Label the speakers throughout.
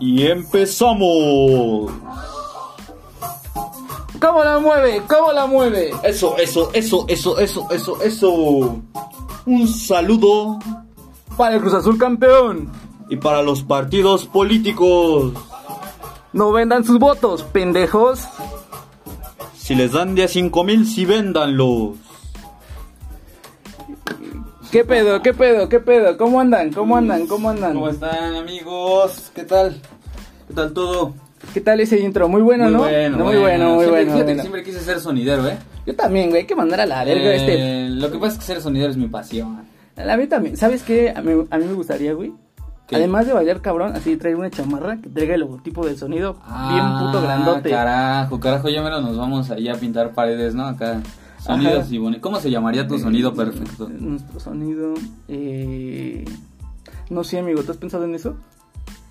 Speaker 1: y empezamos.
Speaker 2: ¿Cómo la mueve? ¿Cómo la mueve?
Speaker 1: Eso, eso, eso, eso, eso, eso, eso. Un saludo
Speaker 2: Para el Cruz Azul campeón.
Speaker 1: y para los partidos políticos.
Speaker 2: No vendan sus votos, pendejos.
Speaker 1: Si les dan de a 5 mil, si véndanlos.
Speaker 2: ¿Qué pedo? ¿Qué pedo? ¿Qué pedo? ¿Cómo andan? ¿Cómo andan? ¿Cómo andan?
Speaker 3: ¿Cómo están amigos? ¿Qué tal? ¿Qué tal todo?
Speaker 2: ¿Qué tal ese intro? Muy bueno, ¿no? No, muy bueno, muy
Speaker 3: siempre,
Speaker 2: bueno.
Speaker 3: fíjate que
Speaker 2: bueno.
Speaker 3: siempre quise ser sonidero, ¿eh?
Speaker 2: Yo también, güey, hay que mandar a la verga
Speaker 3: Eh,
Speaker 2: este.
Speaker 3: Lo que pasa es que ser sonidero es mi pasión.
Speaker 2: A mí también. ¿Sabes qué? A mí, a mí me gustaría, güey.
Speaker 3: ¿Qué?
Speaker 2: Además de bailar cabrón, así traer una chamarra que traiga el logotipo del sonido bien puto
Speaker 3: Ah,
Speaker 2: grandote.
Speaker 3: Carajo, carajo, ya menos nos vamos ahí a pintar paredes, ¿no? Acá. Sonidos
Speaker 2: Ajá.
Speaker 3: y boni- ¿Cómo se llamaría tu sonido perfecto?
Speaker 2: Nuestro sonido. eh, No sé, amigo, ¿tú has pensado en eso?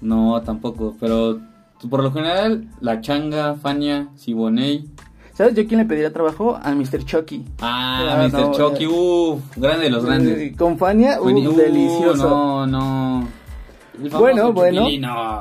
Speaker 3: No, tampoco, pero por lo general, la changa, Fania, Siboney.
Speaker 2: ¿Sabes yo quién le pediría trabajo? A Mr. Chucky.
Speaker 3: Ah,
Speaker 2: Ah, no,
Speaker 3: Mr. Chucky,
Speaker 2: eh.
Speaker 3: uff, grande de los grandes.
Speaker 2: Eh, Con Fania, uh,
Speaker 3: Bueni- uh,
Speaker 2: delicioso.
Speaker 3: No, no. El famoso
Speaker 2: Bueno, bueno.
Speaker 3: Chuquilino.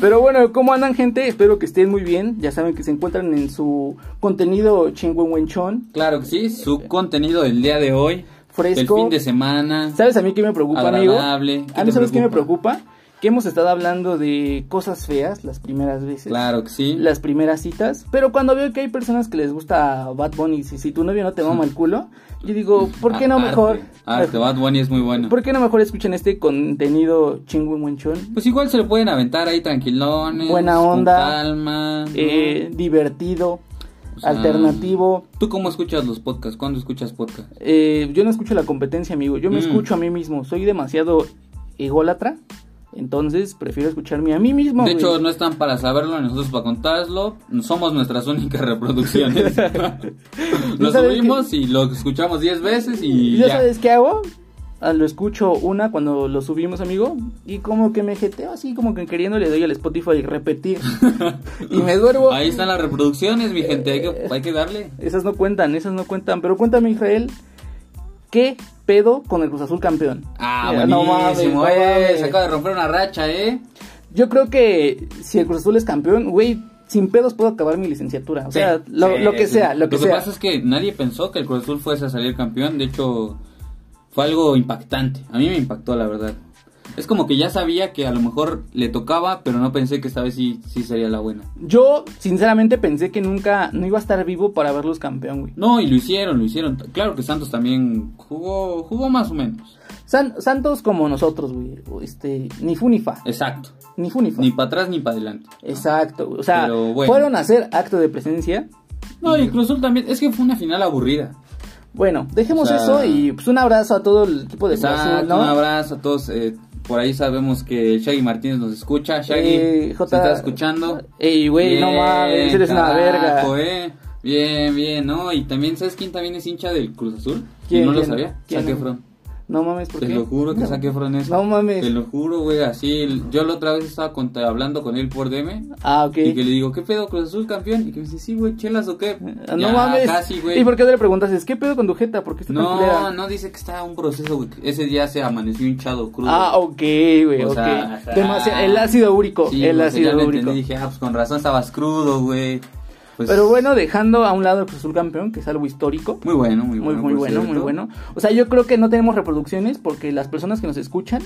Speaker 2: Pero bueno, ¿cómo andan, gente? Espero que estén muy bien. Ya saben que se encuentran en su contenido chingüengüenchón,
Speaker 3: Claro que sí, su contenido del día de hoy.
Speaker 2: fresco.
Speaker 3: El fin de semana.
Speaker 2: ¿Sabes a mí qué me preocupa, amigo? A
Speaker 3: Agradable.
Speaker 2: mí,
Speaker 3: ¿Qué te
Speaker 2: ¿sabes qué me preocupa? Que hemos estado hablando de cosas feas las primeras veces.
Speaker 3: Claro que sí.
Speaker 2: Las primeras citas, pero cuando veo que hay personas que les gusta Bad Bunny, y si, si tu novio no te mama el culo, yo digo,
Speaker 3: Mm,
Speaker 2: ¿por qué no
Speaker 3: Arte,
Speaker 2: mejor?
Speaker 3: Arte, Ah, este Bad Bunny es muy bueno.
Speaker 2: ¿Por qué no mejor escuchen este contenido chingüengüenchón?
Speaker 3: Pues igual se lo pueden aventar ahí tranquilones.
Speaker 2: Buena onda.
Speaker 3: Con calma. ¿no?
Speaker 2: Eh, divertido,
Speaker 3: O sea,
Speaker 2: alternativo.
Speaker 3: ¿Tú cómo escuchas los podcasts? ¿Cuándo escuchas podcasts?
Speaker 2: Eh, yo no escucho la competencia, amigo. Yo me
Speaker 3: Mm.
Speaker 2: escucho a mí mismo. Soy demasiado ególatra. Entonces prefiero escucharme a mí mismo.
Speaker 3: De
Speaker 2: güey.
Speaker 3: hecho, no están para saberlo, ni nosotros para contarlo. Somos nuestras únicas reproducciones.
Speaker 2: ¿No
Speaker 3: lo
Speaker 2: sabes
Speaker 3: subimos y lo escuchamos 10 veces y
Speaker 2: ¿Y ya
Speaker 3: ya.
Speaker 2: sabes qué hago? Ah, Lo escucho una cuando lo subimos, amigo. Y como que me jeteo así, como que queriendo le doy al Spotify y repetir. y me duermo.
Speaker 3: Ahí están las reproducciones, mi gente. Hay que, hay que darle.
Speaker 2: Esas no cuentan, esas no cuentan. Pero cuéntame, Israel, ¿qué pedo con el Cruz Azul campeón?
Speaker 3: Ah,
Speaker 2: Mira,
Speaker 3: buenísimo.
Speaker 2: no
Speaker 3: eh,
Speaker 2: mames.
Speaker 3: Se acaba de romper una racha, ¿eh?
Speaker 2: Yo creo que si el Cruz Azul es campeón, güey, sin pedos puedo acabar mi licenciatura. O sea,
Speaker 3: Sí,
Speaker 2: lo,
Speaker 3: sí,
Speaker 2: lo que
Speaker 3: sí.
Speaker 2: sea, lo que sea.
Speaker 3: pasa es que nadie pensó que el Cruz Azul fuese a salir campeón. De hecho, fue algo impactante. A mí me impactó, la verdad. Es como que ya sabía que a lo mejor le tocaba, pero no pensé que esta vez sí, sí sería la buena.
Speaker 2: Yo, sinceramente, pensé que nunca, no iba a estar vivo para verlos campeón, güey.
Speaker 3: No, y lo hicieron, lo hicieron. Claro que Santos también jugó, jugó más o menos.
Speaker 2: San- Santos como nosotros, güey. Este, ni fu ni fa.
Speaker 3: Exacto.
Speaker 2: Ni fu ni fa.
Speaker 3: Ni para atrás ni para adelante.
Speaker 2: Exacto, güey. O sea,
Speaker 3: Pero bueno.
Speaker 2: fueron a hacer acto de presencia.
Speaker 3: No, y el Cruz Azul también. Es que fue una final aburrida.
Speaker 2: Bueno, dejemos
Speaker 3: O sea-
Speaker 2: eso y pues un abrazo a todo el equipo de Cruz
Speaker 3: Exacto,
Speaker 2: Azul, ¿no?
Speaker 3: un abrazo a todos. eh, por ahí sabemos que Shaggy Martínez nos escucha. Shaggy,
Speaker 2: Eh,
Speaker 3: ¿se
Speaker 2: Jota-
Speaker 3: está escuchando?
Speaker 2: Ey, güey, no
Speaker 3: Bien,
Speaker 2: mames, eres una
Speaker 3: carajo,
Speaker 2: verga.
Speaker 3: eh. Bien, bien, ¿no? Y también, ¿sabes quién también es hincha del Cruz Azul?
Speaker 2: ¿Quién,
Speaker 3: Y no lo
Speaker 2: quién?
Speaker 3: sabía.
Speaker 2: ¿Quién?
Speaker 3: Zac Efron.
Speaker 2: No mames, ¿por
Speaker 3: Te
Speaker 2: qué?
Speaker 3: lo juro que
Speaker 2: No.
Speaker 3: Zac Efron es.
Speaker 2: No mames.
Speaker 3: Te lo juro, güey, así. Yo la otra vez estaba cont- hablando con él por DM.
Speaker 2: Ah, ok.
Speaker 3: Y que le digo, ¿qué pedo, Cruz Azul campeón? Y que me dice, sí, güey, chelas o qué.
Speaker 2: Ah, No
Speaker 3: Ya,
Speaker 2: mames.
Speaker 3: Casi, güey.
Speaker 2: ¿Y por qué no le preguntas? ¿Es qué pedo con tu jeta? ¿Por qué está tan culera?
Speaker 3: No, no dice que está un proceso, güey. Ese día se amaneció hinchado crudo.
Speaker 2: Ah, ok, güey,
Speaker 3: O
Speaker 2: ok.
Speaker 3: sea,
Speaker 2: Demasiado,
Speaker 3: ah.
Speaker 2: el ácido úrico,
Speaker 3: Sí,
Speaker 2: el
Speaker 3: pues, ya
Speaker 2: ácido
Speaker 3: lo
Speaker 2: úrico.
Speaker 3: entendí, dije, ah, pues con razón estabas crudo, güey. Pues,
Speaker 2: Pero bueno, dejando a un lado el Cruz Azul campeón, que es algo histórico.
Speaker 3: Muy bueno, muy
Speaker 2: Muy,
Speaker 3: bueno.
Speaker 2: muy
Speaker 3: por
Speaker 2: bueno, muy
Speaker 3: cierto.
Speaker 2: bueno. O sea, yo creo que no tenemos reproducciones porque las personas que nos escuchan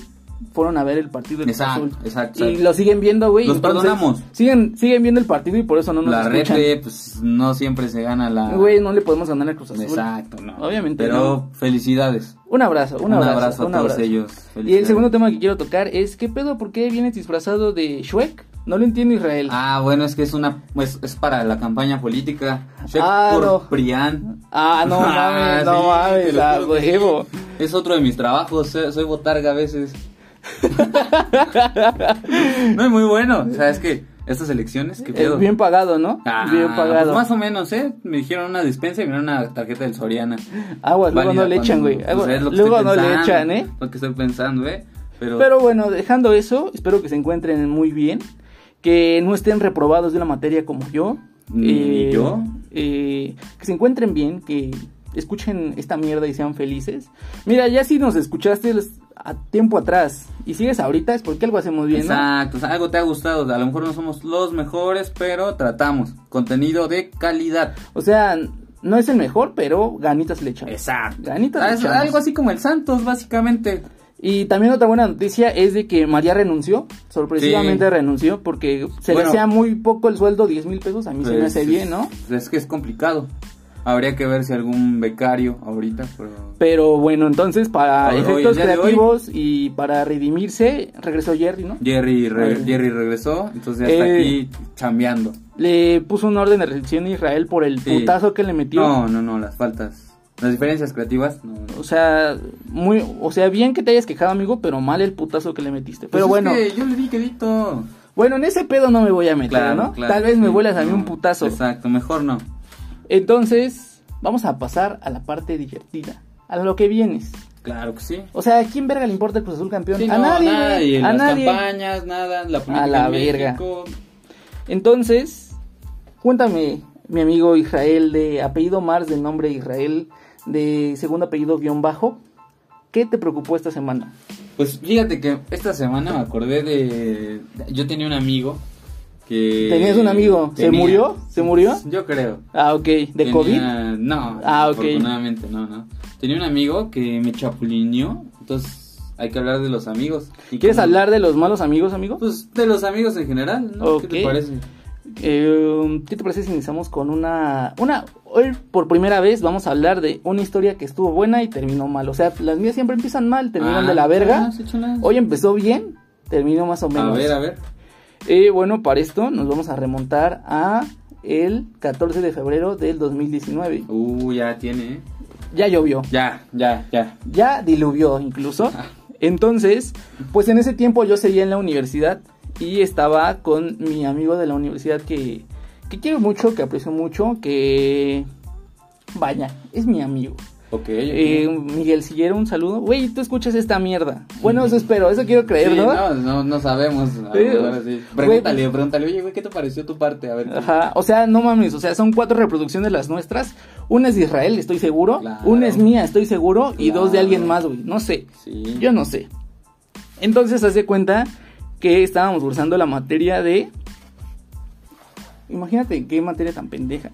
Speaker 2: fueron a ver el partido del Cruz
Speaker 3: Exacto,
Speaker 2: Azul.
Speaker 3: exacto,
Speaker 2: Y
Speaker 3: exacto.
Speaker 2: lo siguen viendo, güey.
Speaker 3: Los
Speaker 2: entonces,
Speaker 3: perdonamos.
Speaker 2: Siguen, siguen viendo el partido y por eso no nos
Speaker 3: La
Speaker 2: escuchan.
Speaker 3: rete, pues no siempre se gana la.
Speaker 2: Güey, no le podemos ganar al Cruz Azul.
Speaker 3: Ah. Exacto, no.
Speaker 2: Obviamente
Speaker 3: Pero felicidades.
Speaker 2: Un abrazo, un,
Speaker 3: Un
Speaker 2: abrazo,
Speaker 3: abrazo a
Speaker 2: un
Speaker 3: todos
Speaker 2: abrazo.
Speaker 3: ellos.
Speaker 2: Y el
Speaker 3: Felicidades.
Speaker 2: segundo tema que quiero tocar es ¿qué pedo? ¿Por qué vienes disfrazado de Shrek? No lo entiendo Israel.
Speaker 3: Ah, bueno, es que es una. Pues, es para la campaña política. Check
Speaker 2: Ah,
Speaker 3: por
Speaker 2: no.
Speaker 3: Prián.
Speaker 2: Ah, no mames, no
Speaker 3: sí, te
Speaker 2: mames,
Speaker 3: lo
Speaker 2: ah,
Speaker 3: juro que sí.
Speaker 2: huevo.
Speaker 3: Es otro de mis trabajos, soy, soy botarga a veces. no es muy bueno. O sea, es que estas elecciones, qué
Speaker 2: Eh,
Speaker 3: pedo.
Speaker 2: bien pagado, ¿no?
Speaker 3: Ah,
Speaker 2: bien pagado.
Speaker 3: pues más o menos, ¿eh? Me dijeron una dispensa y me dieron una tarjeta del Soriana.
Speaker 2: Aguas, luego
Speaker 3: Válida
Speaker 2: no le echan,
Speaker 3: cuando-
Speaker 2: güey.
Speaker 3: pues,
Speaker 2: Aguas,
Speaker 3: es lo que
Speaker 2: luego
Speaker 3: estoy
Speaker 2: no le
Speaker 3: pensando,
Speaker 2: echan, ¿eh?
Speaker 3: Lo que estoy pensando, ¿eh? Pero,
Speaker 2: Pero bueno, dejando eso, espero que se encuentren muy bien, que no estén reprobados de una materia como yo.
Speaker 3: Ni yo.
Speaker 2: eh, que se encuentren bien, que escuchen esta mierda y sean felices. Mira, ya si nos escuchaste, les- a tiempo atrás y sigues ahorita es porque algo hacemos bien, ¿no?
Speaker 3: Exacto, o sea, algo te ha gustado. A lo mejor no somos los mejores, pero tratamos. Contenido de calidad.
Speaker 2: O sea, no es el mejor, pero ganitas le echamos.
Speaker 3: Exacto.
Speaker 2: Ganitas le
Speaker 3: Ah, es
Speaker 2: echamos.
Speaker 3: algo así como el Santos, básicamente.
Speaker 2: Y también otra buena noticia es de que María renunció, sorpresivamente
Speaker 3: Sí.
Speaker 2: renunció, porque se
Speaker 3: Bueno.
Speaker 2: le sea muy poco el sueldo, 10 mil pesos, a mí se me
Speaker 3: Pues,
Speaker 2: hace
Speaker 3: es-
Speaker 2: bien, ¿no?
Speaker 3: Es que es complicado. Habría que ver si algún becario ahorita, pero...
Speaker 2: Pero bueno, entonces para
Speaker 3: Hoy- hoy,
Speaker 2: efectos
Speaker 3: el día de hoy.
Speaker 2: creativos y para redimirse, regresó Jerry, ¿no?
Speaker 3: Jerry, re-
Speaker 2: Ay.
Speaker 3: Jerry regresó, entonces ya está
Speaker 2: Eh.
Speaker 3: aquí chambeando.
Speaker 2: Le puso un orden de restricción a Israel por el
Speaker 3: Sí.
Speaker 2: putazo que le metió.
Speaker 3: No, no, no, las faltas. Las diferencias creativas, no. no.
Speaker 2: O sea, muy, o sea, bien que te hayas quejado, amigo, pero mal el putazo que le metiste. Pero
Speaker 3: Pues es
Speaker 2: bueno,
Speaker 3: que yo le di quedito.
Speaker 2: bueno, en ese pedo no me voy a meter, ¿no? Tal vez me
Speaker 3: sí,
Speaker 2: vuelas a mí
Speaker 3: no,
Speaker 2: un putazo.
Speaker 3: Mm, Exacto, mejor no.
Speaker 2: Entonces, vamos a pasar a la parte divertida, a lo que vienes.
Speaker 3: Claro que sí.
Speaker 2: O sea, ¿a quién verga le importa el Cruz Azul campeón?
Speaker 3: Sí,
Speaker 2: a
Speaker 3: no,
Speaker 2: nadie, güey,
Speaker 3: nadie,
Speaker 2: a
Speaker 3: las
Speaker 2: nadie.
Speaker 3: campañas, nada, la política
Speaker 2: la
Speaker 3: en
Speaker 2: verga.
Speaker 3: México.
Speaker 2: Entonces, cuéntame, mi amigo Israel de apellido Mars, de nombre Israel, de segundo apellido guión bajo, ¿qué te preocupó esta semana?
Speaker 3: Pues fíjate que esta semana me acordé de... Yo tenía un amigo que...
Speaker 2: ¿Tenías un amigo? ¿Se murió? ¿Se murió?
Speaker 3: Yo creo.
Speaker 2: Ah, ok, ¿de
Speaker 3: Tenía-
Speaker 2: COVID?
Speaker 3: No,
Speaker 2: Ah,
Speaker 3: ah,
Speaker 2: ok.
Speaker 3: afortunadamente no, no. Tenía un amigo que me chapulineó, entonces hay que hablar de los amigos. Y
Speaker 2: ¿Quieres
Speaker 3: como-
Speaker 2: hablar de los malos amigos, amigo?
Speaker 3: Pues de los amigos en general, ¿no? ¿Qué
Speaker 2: Ok.
Speaker 3: te parece?
Speaker 2: Eh, ¿Qué te parece si iniciamos con una, una... Hoy por primera vez vamos a hablar de una historia que estuvo buena y terminó mal. O sea, las mías siempre empiezan mal, terminan
Speaker 3: Ah,
Speaker 2: de la verga.
Speaker 3: has hecho nada.
Speaker 2: Hoy empezó bien, terminó más o
Speaker 3: a
Speaker 2: menos.
Speaker 3: ver, a ver.
Speaker 2: Eh, bueno, para esto nos vamos a remontar a el 14 de febrero del 2019.
Speaker 3: Uh, ya tiene, ¿eh?
Speaker 2: Ya llovió,
Speaker 3: Ya, ya, ya.
Speaker 2: ya diluvió incluso. Entonces, pues en ese tiempo yo seguía en la universidad y estaba con mi amigo de la universidad que, que quiero mucho, que aprecio mucho, que... Vaya, es mi amigo.
Speaker 3: Ok. ok.
Speaker 2: Eh, Miguel Sillera, un saludo. Güey, tú escuchas esta mierda. Bueno, eso espero, eso quiero creer,
Speaker 3: Sí,
Speaker 2: ¿no?
Speaker 3: no, no, no sabemos. A lo
Speaker 2: Eh,
Speaker 3: mejor sí.
Speaker 2: güey,
Speaker 3: Pregúntale,
Speaker 2: pues-
Speaker 3: pregúntale, oye, güey, ¿qué te pareció tu parte? A ver. ¿qué-
Speaker 2: Ajá, o sea, no mames, o sea, son cuatro reproducciones las nuestras. Una es de Israel, estoy seguro.
Speaker 3: Claro.
Speaker 2: Una es mía, estoy seguro. Y dos de
Speaker 3: Claro.
Speaker 2: alguien más, güey. No sé.
Speaker 3: Sí.
Speaker 2: Yo no sé. Entonces, hace cuenta que estábamos cursando la materia de. Imagínate qué materia tan pendeja.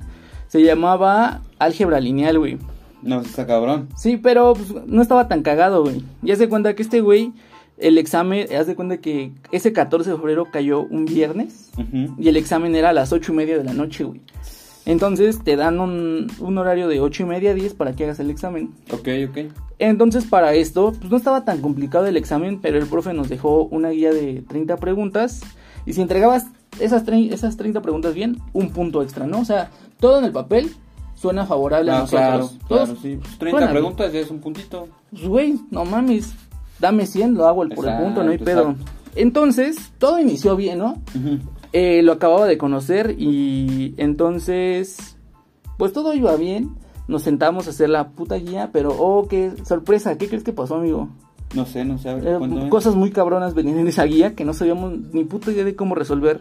Speaker 2: Se llamaba álgebra lineal, güey.
Speaker 3: No, está cabrón.
Speaker 2: Sí, pero pues, no estaba tan cagado, güey. Y hace cuenta que este güey, el examen, hace cuenta que ese 14 de febrero cayó un viernes.
Speaker 3: Ujú.
Speaker 2: Y el examen era a las ocho y media de la noche, güey. Entonces te dan un, un horario de ocho y media a 10 para que hagas el examen.
Speaker 3: Ok, ok.
Speaker 2: Entonces para esto, pues no estaba tan complicado el examen, pero el profe nos dejó una guía de 30 preguntas. Y si entregabas esas, trein- esas 30 preguntas bien, un punto extra, ¿no? O sea, todo en el papel suena favorable a
Speaker 3: Ah, claro,
Speaker 2: nosotros.
Speaker 3: claro,
Speaker 2: Todos-
Speaker 3: sí. Pues
Speaker 2: suena
Speaker 3: 30
Speaker 2: bien.
Speaker 3: preguntas ya es un puntito.
Speaker 2: Pues, güey, no mames. Dame 100, lo hago el por el punto, no hay pedo.
Speaker 3: Exacto,
Speaker 2: Entonces, todo inició bien, ¿no? Eh, lo acababa de conocer y entonces, pues todo iba bien. Nos sentamos a hacer la puta guía, pero oh, qué sorpresa, ¿qué crees que pasó, amigo?
Speaker 3: No sé, no sé, a ver,
Speaker 2: Eh,
Speaker 3: cuéntame.
Speaker 2: cosas muy cabronas venían en esa guía que no sabíamos ni puta idea de cómo resolver.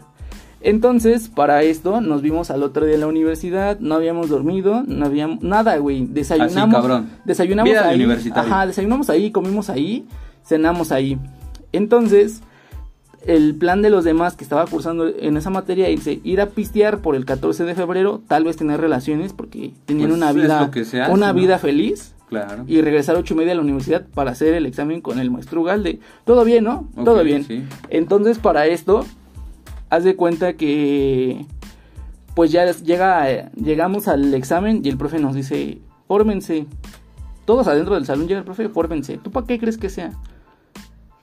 Speaker 2: Entonces, para esto, nos vimos al otro día en la universidad, no habíamos dormido, no habíamos nada, güey. Desayunamos.
Speaker 3: cabrón.
Speaker 2: Desayunamos
Speaker 3: Vida de
Speaker 2: ahí.
Speaker 3: universitario.
Speaker 2: Ajá, desayunamos ahí, comimos ahí, cenamos ahí. Entonces, el plan de los demás que estaba cursando en esa materia dice ir a pistear por el 14 de febrero, tal vez tener relaciones porque tenían
Speaker 3: Pues
Speaker 2: una
Speaker 3: es
Speaker 2: vida,
Speaker 3: lo que se hace,
Speaker 2: una
Speaker 3: ¿no?
Speaker 2: vida feliz
Speaker 3: Claro.
Speaker 2: y regresar a ocho y media a la universidad para hacer el examen con el maestro Ugalde. Todo bien, ¿no?
Speaker 3: Ok,
Speaker 2: Todo bien.
Speaker 3: sí.
Speaker 2: Entonces, para esto, haz de cuenta que pues ya es- llega, eh, llegamos al examen y el profe nos dice, fórmense. Todos adentro del salón llega el profe, fórmense. ¿Tú para qué crees que sea?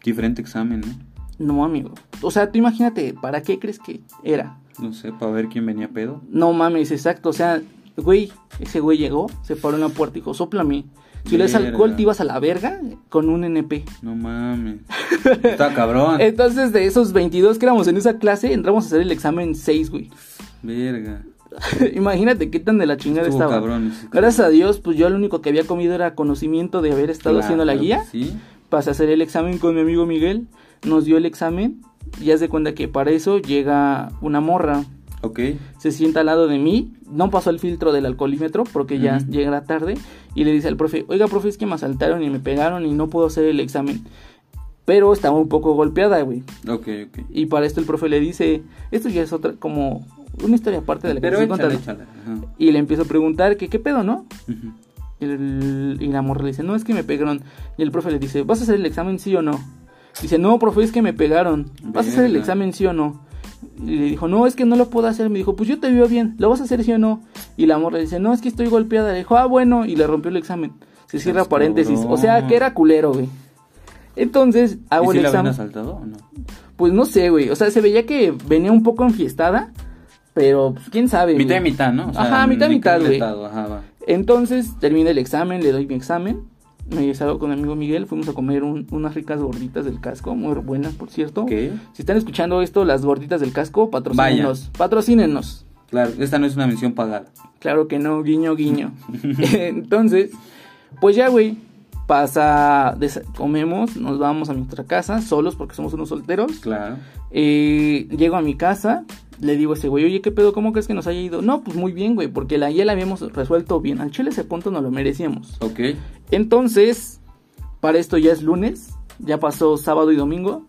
Speaker 3: Diferente examen, ¿eh? ¿no?
Speaker 2: No, amigo. O sea, tú imagínate, ¿para qué crees que era?
Speaker 3: No sé, para ver quién venía pedo.
Speaker 2: No mames, exacto. O sea, güey, ese güey llegó, se paró en la puerta y dijo, soplame. Si le das alcohol,
Speaker 3: Verga.
Speaker 2: te ibas a la verga con un NP.
Speaker 3: No mames. Está cabrón.
Speaker 2: Entonces, de esos 22 que éramos en esa clase, entramos a hacer el examen 6, güey.
Speaker 3: Verga.
Speaker 2: Imagínate qué tan de la chingada
Speaker 3: Estuvo
Speaker 2: estaba.
Speaker 3: cabrón. ese
Speaker 2: Gracias a Dios, pues yo lo único que había comido era conocimiento de haber estado
Speaker 3: Claro,
Speaker 2: haciendo la guía.
Speaker 3: Sí.
Speaker 2: Pasé a hacer el examen con mi amigo Miguel. Nos dio el examen. Y haz de cuenta que para eso llega una morra.
Speaker 3: Ok.
Speaker 2: se sienta al lado de mí, no pasó el filtro del alcoholímetro porque ya
Speaker 1: Ujú.
Speaker 2: llega tarde y le dice al profe, oiga profe, es que me asaltaron y me pegaron y no puedo hacer el examen. Pero estaba un poco golpeada, güey.
Speaker 3: Ok, ok.
Speaker 2: Y para esto el profe le dice, esto ya es otra, como una historia aparte de la que te estoy contando".
Speaker 3: Ajá.
Speaker 2: Y le empiezo a preguntar que qué pedo, ¿no?
Speaker 3: Ujú.
Speaker 2: Y el- y la morra le dice, no, es que me pegaron. Y el profe le dice, ¿vas a hacer el examen sí o no? Dice, no, profe, es que me pegaron. ¿Vas a hacer el
Speaker 3: Verga.
Speaker 2: examen sí o no? Y le dijo, no, es que no lo puedo hacer. Me dijo, pues yo te veo bien, ¿lo vas a hacer sí o no? Y la morra le dice, no, es que estoy golpeada. Le dijo, ah, bueno, y le rompió el examen. Se cierra
Speaker 3: Seas
Speaker 2: paréntesis. O
Speaker 3: cabrón.
Speaker 2: sea, que era culero, güey. Entonces, hago
Speaker 3: ¿Y si
Speaker 2: el
Speaker 3: la habían
Speaker 2: examen.
Speaker 3: asaltado o no?
Speaker 2: Pues no sé, güey. O sea, se veía que venía un poco enfiestada, pero pues, quién sabe.
Speaker 3: Mitad
Speaker 2: güey.
Speaker 3: y mitad, ¿no?
Speaker 2: Ajá, mitad y
Speaker 3: ni
Speaker 2: mitad,
Speaker 3: que
Speaker 2: güey.
Speaker 3: retado, Ajá, va.
Speaker 2: Entonces terminé el examen, le doy mi examen. Me salgo con mi amigo Miguel, fuimos a comer un- unas ricas gorditas del casco, muy buenas, por cierto.
Speaker 3: Ok.
Speaker 2: Si están escuchando esto, las gorditas del casco, patrocínenos. Patrocínenos.
Speaker 3: Claro, esta no es una mención pagada.
Speaker 2: Claro que no, guiño, guiño. Entonces, pues ya, güey, pasa, desa- comemos, nos vamos a nuestra casa, solos porque somos unos solteros.
Speaker 3: Claro.
Speaker 2: Eh, llego a mi casa, le digo a ese güey, oye, ¿qué pedo? ¿Cómo crees que nos haya ido? No, pues muy bien, güey, porque la ya la habíamos resuelto bien. Al chile ese punto no lo merecíamos.
Speaker 3: Ok.
Speaker 2: Entonces, para esto ya es lunes, ya pasó sábado y domingo,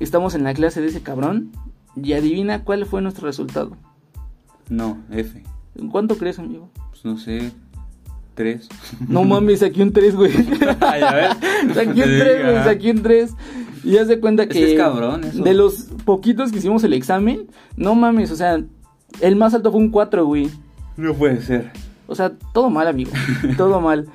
Speaker 2: estamos en la clase de ese cabrón y adivina cuál fue nuestro resultado.
Speaker 3: No, F.
Speaker 2: ¿En cuánto crees, amigo?
Speaker 3: Pues no sé. Tres.
Speaker 2: No mames, saqué un 3, güey.
Speaker 3: Ay, a ver.
Speaker 2: Saqué un
Speaker 3: Te
Speaker 2: 3,
Speaker 3: diga.
Speaker 2: güey, saqué un 3. Y haz de cuenta
Speaker 3: Es
Speaker 2: que...
Speaker 3: que es cabrón eso.
Speaker 2: De los poquitos que hicimos el examen, no mames, o sea, el más alto fue un 4, güey.
Speaker 3: No puede ser.
Speaker 2: O sea, todo mal, amigo, todo mal.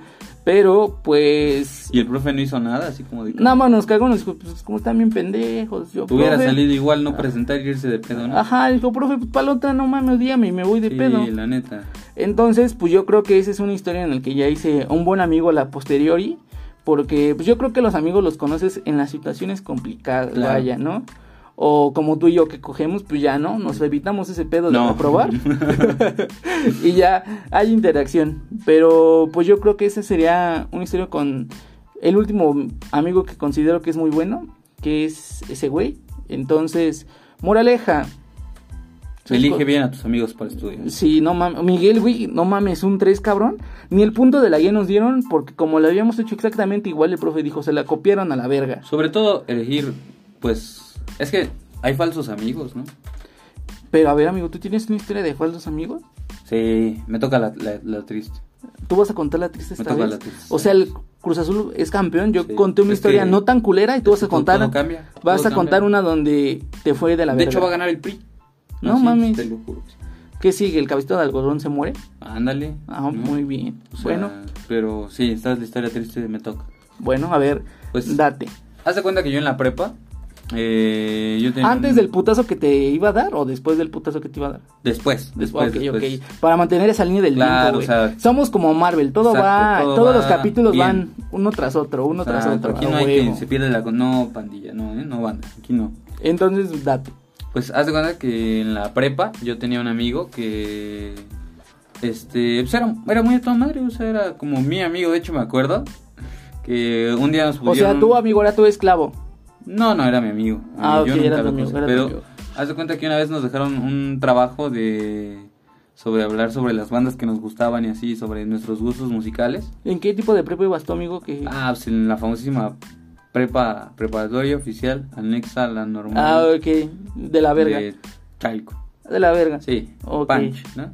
Speaker 2: Pero, pues...
Speaker 3: Y el profe no hizo nada, así como de.
Speaker 2: Nada más nos cagó, nos dijo, pues, como están bien pendejos. Yo,
Speaker 3: Hubiera
Speaker 2: profe,
Speaker 3: salido igual no presentar y irse de pedo, ¿no?
Speaker 2: Ajá, dijo, profe, pues para la otra no mames, dígame y me voy de
Speaker 3: sí,
Speaker 2: pedo.
Speaker 3: la neta.
Speaker 2: Entonces, pues yo creo que esa es una historia en la que ya hice un buen amigo a la posteriori, porque pues yo creo que los amigos los conoces en las situaciones complicadas,
Speaker 3: Claro.
Speaker 2: vaya, ¿no? O como tú y yo que cogemos, pues ya, ¿no? Nos evitamos ese pedo de
Speaker 3: No.
Speaker 2: reprobar. y ya hay interacción. Pero pues yo creo que esa sería una historia con el último amigo que considero que es muy bueno, que es ese güey. Entonces, moraleja.
Speaker 3: Elige bien a tus amigos para estudiar.
Speaker 2: Sí, no mames. Miguel, güey, no mames, un 3, cabrón. Ni el punto de la guía nos dieron, porque como lo habíamos hecho exactamente igual, el profe dijo, se la copiaron a la verga.
Speaker 3: Sobre todo elegir, pues. Es que hay falsos amigos, ¿no?
Speaker 2: Pero a ver, amigo, ¿tú tienes una historia de falsos amigos?
Speaker 3: Sí, me toca la, la- la triste.
Speaker 2: ¿Tú vas a contar la triste
Speaker 3: Me
Speaker 2: esta
Speaker 3: toca
Speaker 2: vez?
Speaker 3: la triste.
Speaker 2: O sea, el Cruz Azul es campeón. Yo
Speaker 3: Sí.
Speaker 2: conté una
Speaker 3: Es
Speaker 2: historia
Speaker 3: que-
Speaker 2: no tan culera y tú vas a
Speaker 3: Todo-
Speaker 2: contar.
Speaker 3: todo cambia,
Speaker 2: vas
Speaker 3: todo
Speaker 2: a contar
Speaker 3: cambia.
Speaker 2: una donde te fue de la
Speaker 3: de
Speaker 2: verga.
Speaker 3: hecho, va a ganar el PRI.
Speaker 2: No
Speaker 3: Así,
Speaker 2: mames.
Speaker 3: Te lo juro. que sí.
Speaker 2: ¿Qué sigue? ¿El cabecito de algodón se muere?
Speaker 3: Ándale.
Speaker 2: Ah,
Speaker 3: ¿no?
Speaker 2: muy bien.
Speaker 3: O sea,
Speaker 2: bueno,
Speaker 3: Pero sí, esta es la historia triste de me toca.
Speaker 2: bueno, a ver,
Speaker 3: Pues-
Speaker 2: date.
Speaker 3: Haz de cuenta que yo en la prepa. eh, yo tenía
Speaker 2: ¿Antes
Speaker 3: un-
Speaker 2: del putazo que te iba a dar o después del putazo que te iba a dar?
Speaker 3: Después, después.
Speaker 2: Después, ok,
Speaker 3: después.
Speaker 2: ok. Para mantener esa línea del
Speaker 3: Claro,
Speaker 2: tiempo, güey.
Speaker 3: o sea,
Speaker 2: Somos como Marvel, todo
Speaker 3: exacto,
Speaker 2: va,
Speaker 3: todo
Speaker 2: todos
Speaker 3: va
Speaker 2: los capítulos
Speaker 3: bien.
Speaker 2: van uno tras otro, uno
Speaker 3: O sea,
Speaker 2: tras otro.
Speaker 3: Aquí
Speaker 2: a
Speaker 3: no hay
Speaker 2: huevo.
Speaker 3: que se pierde la. con- No, pandilla, no, ¿eh? No banda, aquí no.
Speaker 2: Entonces, date.
Speaker 3: Pues haz de cuenta que en la prepa yo tenía un amigo que. Este. Pues era, era muy a toda madre, o sea, era como mi amigo, de hecho me acuerdo. Que un día nos
Speaker 2: O
Speaker 3: pusieron.
Speaker 2: sea, tú, amigo, era tu esclavo.
Speaker 3: No, no, era mi amigo.
Speaker 2: Ah,
Speaker 3: Yo
Speaker 2: ok,
Speaker 3: nunca
Speaker 2: era tu
Speaker 3: lo
Speaker 2: amigo,
Speaker 3: puse,
Speaker 2: era tu
Speaker 3: pero
Speaker 2: amigo.
Speaker 3: haz de cuenta que una vez nos dejaron un trabajo de. Sobre hablar sobre las bandas que nos gustaban y así, sobre nuestros gustos musicales.
Speaker 2: ¿En qué tipo de prepa ibas tú, amigo? Que... Ah,
Speaker 3: Ah, pues en la famosísima prepa preparatoria oficial anexa a la normal.
Speaker 2: Ah, ok. De la verga.
Speaker 3: De
Speaker 2: De,
Speaker 3: Chalco.
Speaker 2: la verga. Sí.
Speaker 3: Sí,
Speaker 2: Ok.
Speaker 3: Punch, ¿no?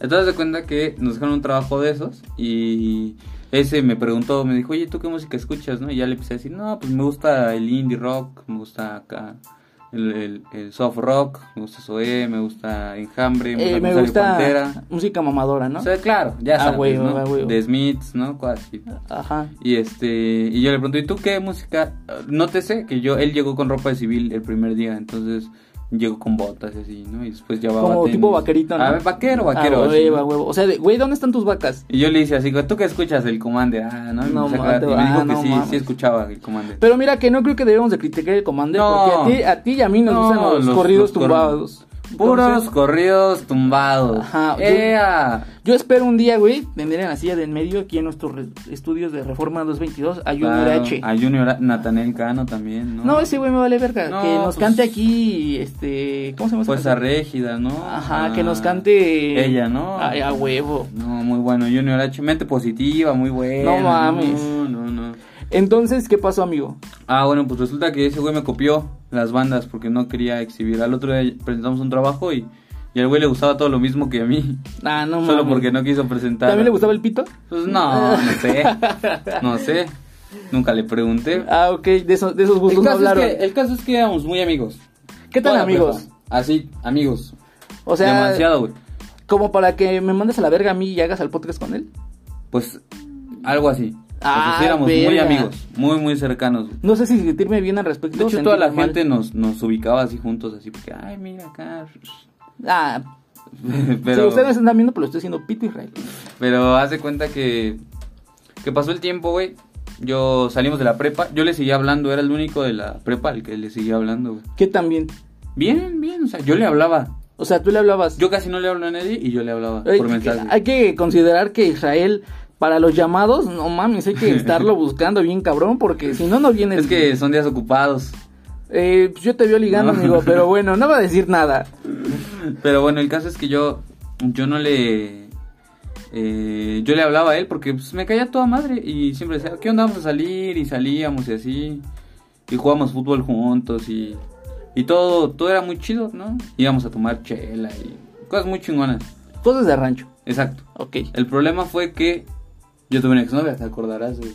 Speaker 3: Entonces de cuenta que nos dejaron un trabajo de esos y ese me preguntó, me dijo, oye, ¿tú qué música escuchas? ¿no? Y ya le empecé a decir, no, pues me gusta el indie rock, me gusta acá el, el- el soft rock, me gusta Zoé, me gusta Enjambre, me
Speaker 2: Eh,
Speaker 3: gusta
Speaker 2: me
Speaker 3: Rosario
Speaker 2: gusta
Speaker 3: Pantera.
Speaker 2: música mamadora, ¿no?
Speaker 3: O sea, claro, ya
Speaker 2: Ah,
Speaker 3: sabes,
Speaker 2: huevo,
Speaker 3: ¿no?
Speaker 2: ah, huevo.
Speaker 3: De Smiths, ¿no? Cosas así.
Speaker 2: Ajá.
Speaker 3: Y este, y yo le pregunto, ¿y tú qué música? Nótese que yo, él llegó con ropa de civil el primer día, entonces llegó con botas y así, ¿no? Y después llevaba.
Speaker 2: Como
Speaker 3: tenis.
Speaker 2: tipo vaquerito, ¿no?
Speaker 3: A ver, vaquero, vaquero.
Speaker 2: Ah,
Speaker 3: así,
Speaker 2: huevo,
Speaker 3: ¿no?
Speaker 2: a huevo. O sea, de- güey, ¿dónde están tus vacas?
Speaker 3: Y yo le hice así, ¿tú qué escuchas del Commander? Ah, no,
Speaker 2: No,
Speaker 3: no me,
Speaker 2: mate,
Speaker 3: dijo
Speaker 2: ah,
Speaker 3: que
Speaker 2: no
Speaker 3: sí,
Speaker 2: mames.
Speaker 3: sí escuchaba el Commander.
Speaker 2: Pero mira que no creo que debemos de criticar el comandante
Speaker 3: No.
Speaker 2: porque a ti, a ti y a mí nos
Speaker 3: No,
Speaker 2: gustan los, corridos
Speaker 3: los cor-
Speaker 2: tumbados.
Speaker 3: Puros
Speaker 2: Entonces,
Speaker 3: corridos tumbados.
Speaker 2: Ajá, yo-
Speaker 3: ¡Ea!
Speaker 2: Yo espero un día, güey, tener en la silla de en medio aquí en nuestros re- estudios de Reforma 222 a Junior
Speaker 3: Claro,
Speaker 2: H.
Speaker 3: A Junior H- Nathaniel Cano también, ¿no?
Speaker 2: No, ese güey me vale verga.
Speaker 3: No,
Speaker 2: que nos
Speaker 3: pues-
Speaker 2: cante aquí, este. ¿Cómo se llama? esa
Speaker 3: Fuerza
Speaker 2: canción?
Speaker 3: Régida, ¿no?
Speaker 2: Ajá,
Speaker 3: Ah,
Speaker 2: que nos cante.
Speaker 3: Ella, ¿no?
Speaker 2: Ay, a huevo.
Speaker 3: No, muy bueno. Junior H, mente positiva, muy buena.
Speaker 2: No mames.
Speaker 3: No, no, no.
Speaker 2: Entonces, ¿qué pasó, amigo?
Speaker 3: Ah, bueno, pues resulta que ese güey me copió las bandas porque no quería exhibir. Al otro día presentamos un trabajo y, y al güey le gustaba todo lo mismo que a mí.
Speaker 2: Ah, no
Speaker 3: solo
Speaker 2: mames.
Speaker 3: porque no quiso presentar.
Speaker 2: ¿También le gustaba el pito?
Speaker 3: Pues no, no sé. No sé. Nunca le pregunté.
Speaker 2: Ah, ok, de, esos- de esos
Speaker 3: El
Speaker 2: gustos no
Speaker 3: caso, es
Speaker 2: hablaron.
Speaker 3: que, el caso es que éramos muy amigos.
Speaker 2: ¿Qué tal,
Speaker 3: Toda la
Speaker 2: amigos?
Speaker 3: prepa. Así, amigos.
Speaker 2: O sea,
Speaker 3: Demasiado, güey.
Speaker 2: como para que me mandes a la verga a mí y hagas al podcast con él.
Speaker 3: Pues algo así.
Speaker 2: Ah,
Speaker 3: Ah, éramos muy
Speaker 2: verga.
Speaker 3: amigos, muy, muy cercanos. güey.
Speaker 2: No sé si sentirme bien al respecto.
Speaker 3: De hecho,
Speaker 2: sentirme
Speaker 3: toda la
Speaker 2: mal.
Speaker 3: gente nos, nos ubicaba así juntos, así porque, ay, mira acá.
Speaker 2: Ah, si
Speaker 3: Pero,
Speaker 2: ustedes me están viendo, pero lo estoy haciendo pito Israel.
Speaker 3: pero haz de cuenta que, que pasó el tiempo, güey. Yo salimos de la prepa, yo le seguía hablando, era el único de la prepa al que le seguía hablando, güey.
Speaker 2: ¿Qué también?
Speaker 3: Bien, bien, o sea, yo le hablaba.
Speaker 2: O sea, tú le hablabas.
Speaker 3: Yo casi no le hablo a nadie y yo le hablaba
Speaker 2: Hay
Speaker 3: por
Speaker 2: que-
Speaker 3: mensaje.
Speaker 2: Hay que considerar que Israel, para los llamados, no mames, hay que estarlo buscando bien cabrón, porque si no, no viene.
Speaker 3: Es que son días ocupados.
Speaker 2: Eh, pues yo te veo ligando,
Speaker 3: No.
Speaker 2: amigo, pero bueno, no va a decir nada.
Speaker 3: Pero bueno, el caso es que yo, yo no le... eh, yo le hablaba a él porque pues, me caía toda madre y siempre decía, ¿qué onda vamos a salir? Y salíamos y así. Y jugábamos fútbol juntos y, y todo, todo era muy chido, ¿no? Íbamos a tomar chela y cosas muy chingonas.
Speaker 2: Cosas de rancho.
Speaker 3: Exacto.
Speaker 2: Ok.
Speaker 3: El problema fue que yo tuve una exnovia, te acordarás. güey.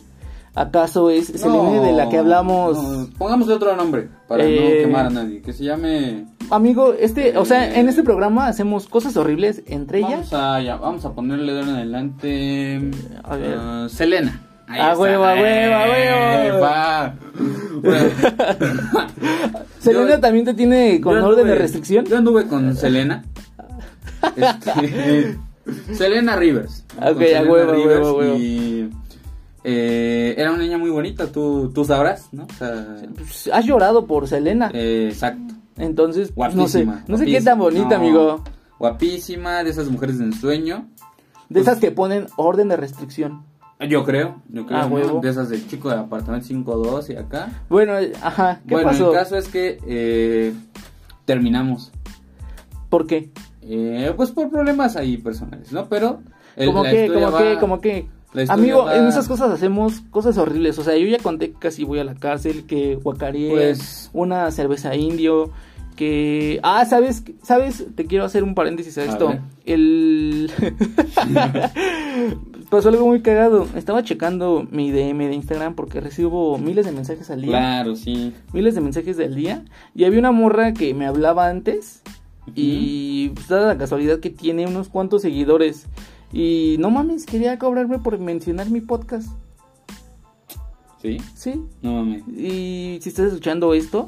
Speaker 2: ¿Acaso es Selene de la que hablamos?
Speaker 3: no, pongámosle otro nombre para
Speaker 2: Eh.
Speaker 3: no quemar a nadie. Que se llame...
Speaker 2: Amigo, este, o sea, en este programa hacemos cosas horribles entre ellas.
Speaker 3: Vamos a, ya, vamos a ponerle de ahora en adelante.
Speaker 2: A ver.
Speaker 3: ah, Selena.
Speaker 2: A
Speaker 3: está.
Speaker 2: huevo, a huevo, a
Speaker 3: ¡Eh,
Speaker 2: huevo!
Speaker 3: va! Bueno,
Speaker 2: Selena
Speaker 3: yo-
Speaker 2: también te tiene con
Speaker 3: yo
Speaker 2: orden de
Speaker 3: anduve-
Speaker 2: restricción.
Speaker 3: Yo anduve con Selena. Este, Selena Rivers.
Speaker 2: Ah, Ok,
Speaker 3: Con
Speaker 2: a
Speaker 3: Selena
Speaker 2: huevo, a huevo, a huevo.
Speaker 3: Y, eh, era una niña muy bonita, tú, tú sabrás, ¿no? O sea,
Speaker 2: Pues, Has llorado por Selena.
Speaker 3: eh, exacto.
Speaker 2: Entonces, pues,
Speaker 3: Guapísima.
Speaker 2: no sé, no sé qué
Speaker 3: guapísima,
Speaker 2: tan bonita,
Speaker 3: no.
Speaker 2: amigo.
Speaker 3: Guapísima, de esas mujeres de ensueño. Pues
Speaker 2: De esas que ponen orden de restricción.
Speaker 3: Yo creo, yo creo.
Speaker 2: Ah,
Speaker 3: ¿no?
Speaker 2: huevo.
Speaker 3: De esas del chico de apartamento 5-2 y acá.
Speaker 2: Bueno, eh, ajá, ¿qué
Speaker 3: bueno,
Speaker 2: pasó?
Speaker 3: el caso es que eh, terminamos.
Speaker 2: ¿Por qué?
Speaker 3: Eh, pues por problemas ahí personales, ¿no? Pero. el-
Speaker 2: ¿Cómo
Speaker 3: la
Speaker 2: qué?
Speaker 3: historia
Speaker 2: ¿Cómo
Speaker 3: va-
Speaker 2: qué? ¿Cómo qué?
Speaker 3: la historia
Speaker 2: Amigo,
Speaker 3: va-
Speaker 2: en esas cosas hacemos cosas horribles. O sea, yo ya conté que casi voy a la cárcel, que guacaré
Speaker 3: Pues-
Speaker 2: una cerveza indio, que... Ah, ¿sabes? ¿Sabes? Te quiero hacer un paréntesis a
Speaker 3: A
Speaker 2: esto.
Speaker 3: ver.
Speaker 2: El... Pasó algo muy cagado. Estaba checando mi DM de Instagram porque recibo miles de mensajes al día.
Speaker 3: Claro, sí.
Speaker 2: miles de mensajes del día. Y había una morra que me hablaba antes. Y pues, dada la casualidad que tiene unos cuantos seguidores. Y no mames, quería cobrarme por mencionar mi podcast.
Speaker 3: Sí.
Speaker 2: Sí.
Speaker 3: No mames.
Speaker 2: Y si estás escuchando esto,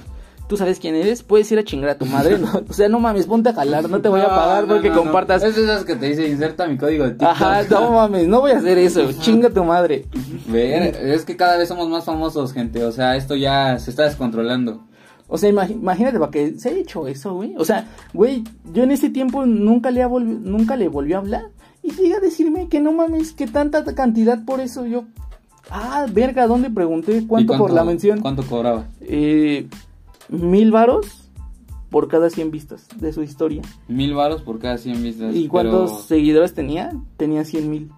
Speaker 2: tú sabes quién eres, puedes ir a chingar a tu madre. ¿no? O sea, no mames, ponte a jalar, no te voy a pagar
Speaker 3: No, no,
Speaker 2: porque
Speaker 3: no, no.
Speaker 2: compartas.
Speaker 3: Es de esas que te dice inserta mi código de TikTok.
Speaker 2: Ajá, no mames, no voy a hacer eso. Chinga a tu madre.
Speaker 3: Ver, es que cada vez somos más famosos, gente. O sea, esto ya se está descontrolando.
Speaker 2: O sea, imagi- imagínate para que se ha hecho eso, güey. O sea, güey, yo en ese tiempo nunca le, ha volvi- nunca le volvió a hablar. Y llega a decirme que no mames, que tanta cantidad por eso. Yo, ah, verga, ¿dónde pregunté
Speaker 3: ¿Y
Speaker 2: cuánto, por la mención?
Speaker 3: ¿Cuánto cobraba?
Speaker 2: Eh, mil varos por cada 100 vistas de su historia.
Speaker 3: Mil varos por cada 100 vistas.
Speaker 2: ¿Y cuántos
Speaker 3: Pues, pero
Speaker 2: seguidores tenía? Tenía 100 mil.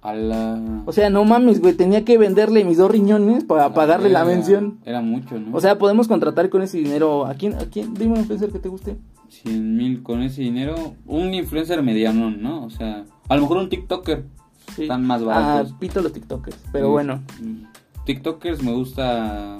Speaker 3: A la...
Speaker 2: O sea, no mames, güey, tenía que venderle mis dos riñones
Speaker 3: Ah,
Speaker 2: para pagarle la
Speaker 3: Era-
Speaker 2: mención.
Speaker 3: Era mucho, ¿no?
Speaker 2: O sea, podemos contratar con ese dinero. ¿A quién? ¿A quién? Dime un influencer que te guste.
Speaker 3: 100 mil con ese dinero. Un influencer mediano, ¿no? O sea, a lo mejor un TikToker.
Speaker 2: Sí.
Speaker 3: Están más baratos.
Speaker 2: Ah, pito los TikTokers. Pero
Speaker 3: Mm,
Speaker 2: bueno,
Speaker 3: mm. TikTokers me gusta.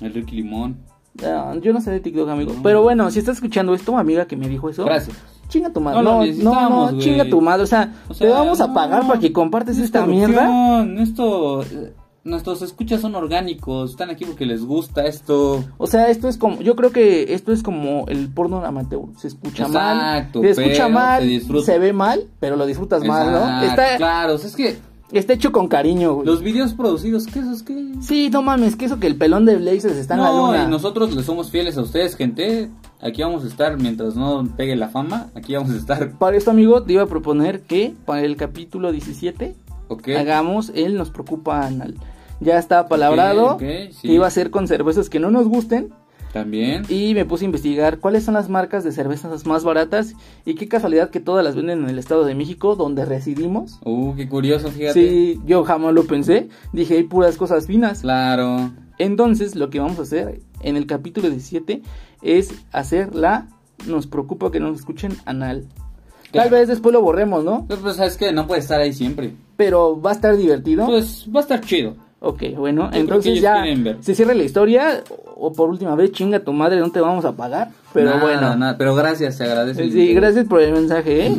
Speaker 3: El Ricky Limón.
Speaker 2: ah, yo no sé de TikTok, amigo.
Speaker 3: No.
Speaker 2: Pero bueno, si estás escuchando esto, amiga que me dijo eso.
Speaker 3: Gracias.
Speaker 2: Chinga tu
Speaker 3: No
Speaker 2: madre.
Speaker 3: lo
Speaker 2: No, no,
Speaker 3: necesitamos,
Speaker 2: no,
Speaker 3: güey.
Speaker 2: chinga tu madre. O sea,
Speaker 3: O sea,
Speaker 2: te vamos a
Speaker 3: no,
Speaker 2: pagar para que compartes
Speaker 3: no es
Speaker 2: esta
Speaker 3: corrupción,
Speaker 2: mierda.
Speaker 3: Esto. eh, Nuestros escuchas son orgánicos. Están aquí porque les gusta esto.
Speaker 2: O sea, esto es como, yo creo que esto es como el porno amateur. Se escucha
Speaker 3: Exacto,
Speaker 2: mal, se escucha
Speaker 3: pero
Speaker 2: mal,
Speaker 3: se disfruta.
Speaker 2: se ve mal, pero lo disfrutas más, ¿no?
Speaker 3: Exacto,
Speaker 2: Está,
Speaker 3: Claro, o sea, es que.
Speaker 2: está hecho con cariño, güey.
Speaker 3: Los videos producidos, ¿qué esos qué?
Speaker 2: Sí, no mames, que eso que el pelón de Blazers está en la
Speaker 3: no,
Speaker 2: luna.
Speaker 3: y nosotros le somos fieles a ustedes, gente. Aquí vamos a estar mientras no pegue la fama. Aquí vamos a estar.
Speaker 2: Para esto, amigo, te iba a proponer que para el capítulo 17
Speaker 3: Ok.
Speaker 2: hagamos el Nos Preocupa Anal. Ya está palabrado.
Speaker 3: Ok, ok, sí.
Speaker 2: que Iba a ser con cervezas que no nos gusten.
Speaker 3: También.
Speaker 2: Y me puse a investigar cuáles son las marcas de cervezas más baratas. Y qué casualidad que todas las venden en el Estado de México, donde residimos.
Speaker 3: Uh, qué curioso, fíjate.
Speaker 2: Sí, yo jamás lo pensé. Dije, hay puras cosas finas.
Speaker 3: Claro.
Speaker 2: Entonces, lo que vamos a hacer en el capítulo 17 es hacer la Nos preocupa que no nos escuchen anal. Tal
Speaker 3: Claro.
Speaker 2: vez después lo borremos, ¿no?
Speaker 3: Pues, pues sabes que no puede estar ahí siempre.
Speaker 2: Pero va a estar divertido.
Speaker 3: Pues va a estar chido.
Speaker 2: ok, bueno,
Speaker 3: creo que
Speaker 2: entonces
Speaker 3: ellos
Speaker 2: ya
Speaker 3: quieren ver.
Speaker 2: se cierra la historia. O por última vez, chinga tu madre, no te vamos a pagar. Pero
Speaker 3: Nada,
Speaker 2: bueno. eh,
Speaker 3: nada, pero gracias, te agradece.
Speaker 2: Sí, gracias por el mensaje, ¿eh?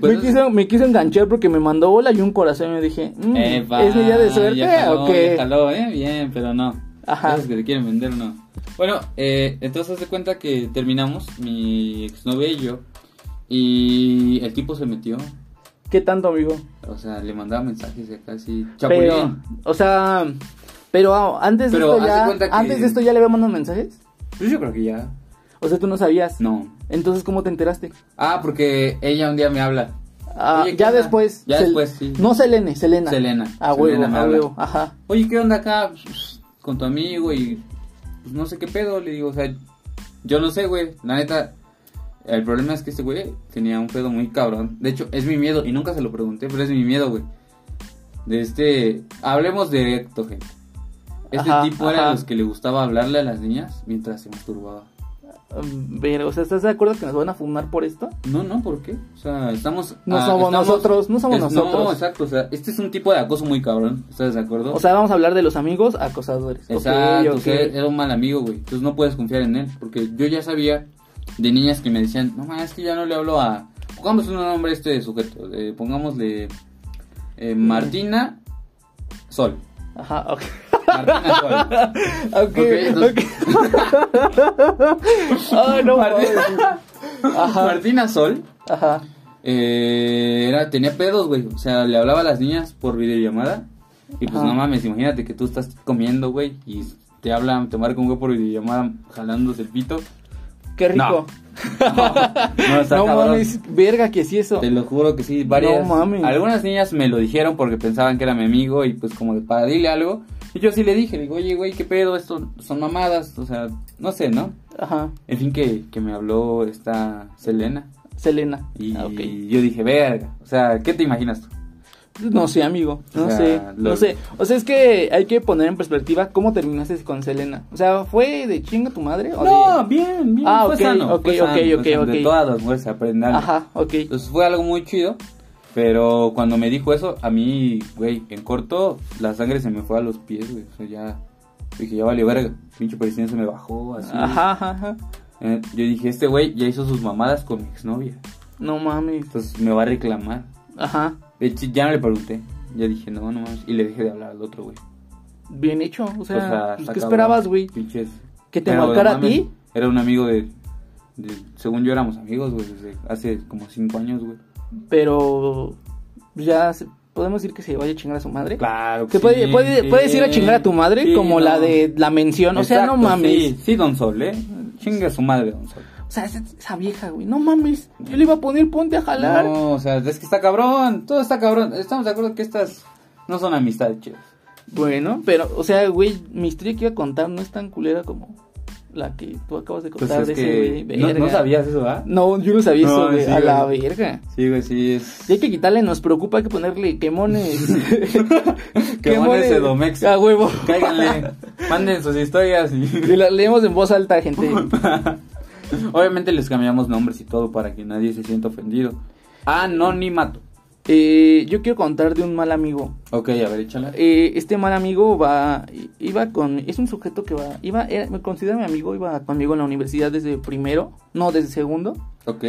Speaker 3: Pues
Speaker 2: me, quiso, me quiso enganchar porque me mandó bola y un corazón. Y yo dije, mm,
Speaker 3: Epa,
Speaker 2: ¿es mi día de suerte
Speaker 3: ya jaló,
Speaker 2: o qué?
Speaker 3: ya jaló, eh, bien, pero no.
Speaker 2: Ajá.
Speaker 3: Esos que te quieren vender, no. Bueno, eh, entonces haz de cuenta que terminamos, mi exnovia y yo, y el tipo se metió.
Speaker 2: ¿Qué tanto, amigo?
Speaker 3: O sea, le mandaba mensajes de acá así. Chapulín.
Speaker 2: Pero, o sea, pero ah, antes,
Speaker 3: Pero
Speaker 2: de
Speaker 3: haz
Speaker 2: esto
Speaker 3: de
Speaker 2: ya,
Speaker 3: cuenta que-
Speaker 2: antes de esto ya le había mandado mensajes.
Speaker 3: Pues yo creo que ya.
Speaker 2: O sea, tú no sabías.
Speaker 3: No.
Speaker 2: Entonces, ¿cómo te enteraste?
Speaker 3: Ah, porque ella un día me habla.
Speaker 2: Ah,
Speaker 3: Oye, ¿qué
Speaker 2: ya
Speaker 3: onda?
Speaker 2: después.
Speaker 3: Ya
Speaker 2: Sel-
Speaker 3: después, sí.
Speaker 2: No Selene, Selena.
Speaker 3: Selena.
Speaker 2: A
Speaker 3: Selena
Speaker 2: huevo,
Speaker 3: me
Speaker 2: a
Speaker 3: habla.
Speaker 2: huevo. Ajá.
Speaker 3: Oye, ¿qué onda acá Pues, con tu amigo? Y pues, no sé qué pedo. Le digo, o sea, yo no sé, güey. La neta, el problema es que este güey tenía un pedo muy cabrón. De hecho, es mi miedo. Y nunca se lo pregunté, pero es mi miedo, güey. De este. Hablemos de Héctor, gente. Este
Speaker 2: Ajá,
Speaker 3: tipo era
Speaker 2: ajá.
Speaker 3: de los que le gustaba hablarle a las niñas mientras se masturbaba.
Speaker 2: Mm, Pero, o sea, ¿estás de acuerdo que nos van a fumar por esto?
Speaker 3: No, no, ¿por qué? O sea, estamos.
Speaker 2: No
Speaker 3: ah,
Speaker 2: somos
Speaker 3: estamos-
Speaker 2: nosotros, no somos nosotros.
Speaker 3: No, exacto. O sea, este es un tipo de acoso muy cabrón. ¿Estás de acuerdo?
Speaker 2: O sea, vamos a hablar de los amigos acosadores. Ok,
Speaker 3: Exacto,
Speaker 2: ok.
Speaker 3: o sea, era un mal amigo, güey. Entonces no puedes confiar en él. Porque yo ya sabía de niñas que me decían, no más, es que ya no le hablo a. Pongamos un nombre a este sujeto. eh, pongámosle eh, Martina Sol.
Speaker 2: Ajá, ok.
Speaker 3: Martina
Speaker 2: Ok,
Speaker 3: Sol. Ok, entonces-
Speaker 2: Ay, no,
Speaker 3: Martín.
Speaker 2: mames. Ajá,
Speaker 3: Martina Sol
Speaker 2: ajá.
Speaker 3: eh, era, tenía pedos, güey. O sea, le hablaba a las niñas por videollamada. Y pues
Speaker 2: Ajá.
Speaker 3: no mames, imagínate que tú estás comiendo, güey. Y te hablan, te marca un güey por videollamada jalándose el pito.
Speaker 2: Qué rico.
Speaker 3: No, está
Speaker 2: No,
Speaker 3: cabrón.
Speaker 2: mames, verga, que sí eso.
Speaker 3: Te lo juro que sí, varias.
Speaker 2: No mames.
Speaker 3: Algunas niñas me lo dijeron porque pensaban que era mi amigo y pues como de para dile algo. Y yo sí le dije, le digo, oye, güey, qué pedo, esto son mamadas, o sea, no sé, ¿no?
Speaker 2: Ajá,
Speaker 3: En fin, que, que me habló esta Selena.
Speaker 2: Selena.
Speaker 3: Y
Speaker 2: Ah, ok.
Speaker 3: yo dije, verga, o sea, ¿qué te imaginas tú?
Speaker 2: No sé, amigo. No
Speaker 3: O sea,
Speaker 2: sé.
Speaker 3: lo-
Speaker 2: No sé. O sea, es que hay que poner en perspectiva cómo terminaste con Selena. O sea, ¿fue de chinga tu madre? O de...
Speaker 3: bien, bien,
Speaker 2: Ah,
Speaker 3: fue
Speaker 2: ok,
Speaker 3: sano,
Speaker 2: ok,
Speaker 3: fue
Speaker 2: ok,
Speaker 3: sano, fue
Speaker 2: ok,
Speaker 3: sano.
Speaker 2: ok.
Speaker 3: De todas las mujeres se aprende algo.
Speaker 2: Ajá, ok.
Speaker 3: Entonces fue algo muy chido. Pero cuando me dijo eso, a mí, güey, en corto, la sangre se me fue a los pies, güey. O sea, ya dije, ya valió verga. Pinche presión se me bajó, así.
Speaker 2: Ajá, ajá, ajá.
Speaker 3: Eh, yo dije, este güey ya hizo sus mamadas con mi exnovia.
Speaker 2: No mames.
Speaker 3: Entonces me va a reclamar.
Speaker 2: Ajá.
Speaker 3: De hecho, ya no le pregunté. Ya dije, no, no mames. Y le dejé de hablar al otro, güey.
Speaker 2: Bien hecho. O sea, pues,
Speaker 3: está
Speaker 2: ¿qué
Speaker 3: cabrón.
Speaker 2: esperabas, güey?
Speaker 3: Pinches.
Speaker 2: ¿Que te
Speaker 3: Pero,
Speaker 2: marcara
Speaker 3: no
Speaker 2: a
Speaker 3: mames,
Speaker 2: ti?
Speaker 3: Era un amigo de, de- Según yo éramos amigos, güey, desde hace como cinco años, güey.
Speaker 2: Pero ya se- podemos decir que se vaya a chingar a su madre.
Speaker 3: Claro.
Speaker 2: Se puede,
Speaker 3: sí,
Speaker 2: puede,
Speaker 3: sí,
Speaker 2: puedes ir a chingar a tu madre
Speaker 3: sí,
Speaker 2: como
Speaker 3: no.
Speaker 2: la de la mención. O sea, no
Speaker 3: Exacto,
Speaker 2: mames.
Speaker 3: Sí, sí, Don Sol, ¿eh? Chinga a su madre, Don Sol.
Speaker 2: O sea, esa, esa vieja, güey. No mames. Yo le iba a poner ponte a jalar.
Speaker 3: No, o sea, es que está cabrón. Todo está cabrón. Estamos de acuerdo que estas no son amistades chidas.
Speaker 2: Bueno, pero, o sea, güey, mi historia que iba a contar no es tan culera como la que tú acabas de
Speaker 3: Pues
Speaker 2: contar
Speaker 3: es
Speaker 2: de
Speaker 3: que
Speaker 2: ese güey.
Speaker 3: no,
Speaker 2: verga.
Speaker 3: no sabías eso, ¿ah?
Speaker 2: No, yo no sabía
Speaker 3: No,
Speaker 2: eso, güey.
Speaker 3: sí,
Speaker 2: a la
Speaker 3: güey.
Speaker 2: verga.
Speaker 3: Sí, güey, sí. Es...
Speaker 2: Y hay que quitarle, nos preocupa, hay que ponerle quemones.
Speaker 3: Quemones de Domex.
Speaker 2: A huevo.
Speaker 3: Cáiganle, manden sus historias
Speaker 2: Y
Speaker 3: y...
Speaker 2: las leemos en voz alta, gente.
Speaker 3: Obviamente les cambiamos nombres y todo para que nadie se sienta ofendido. Anonimato.
Speaker 2: Eh, yo quiero contar de un mal amigo.
Speaker 3: Ok, a ver, échala.
Speaker 2: Eh, este mal amigo va, iba con, es un sujeto que va, iba, era- me considero mi amigo, iba conmigo en la universidad desde primero, no, desde segundo.
Speaker 3: Ok.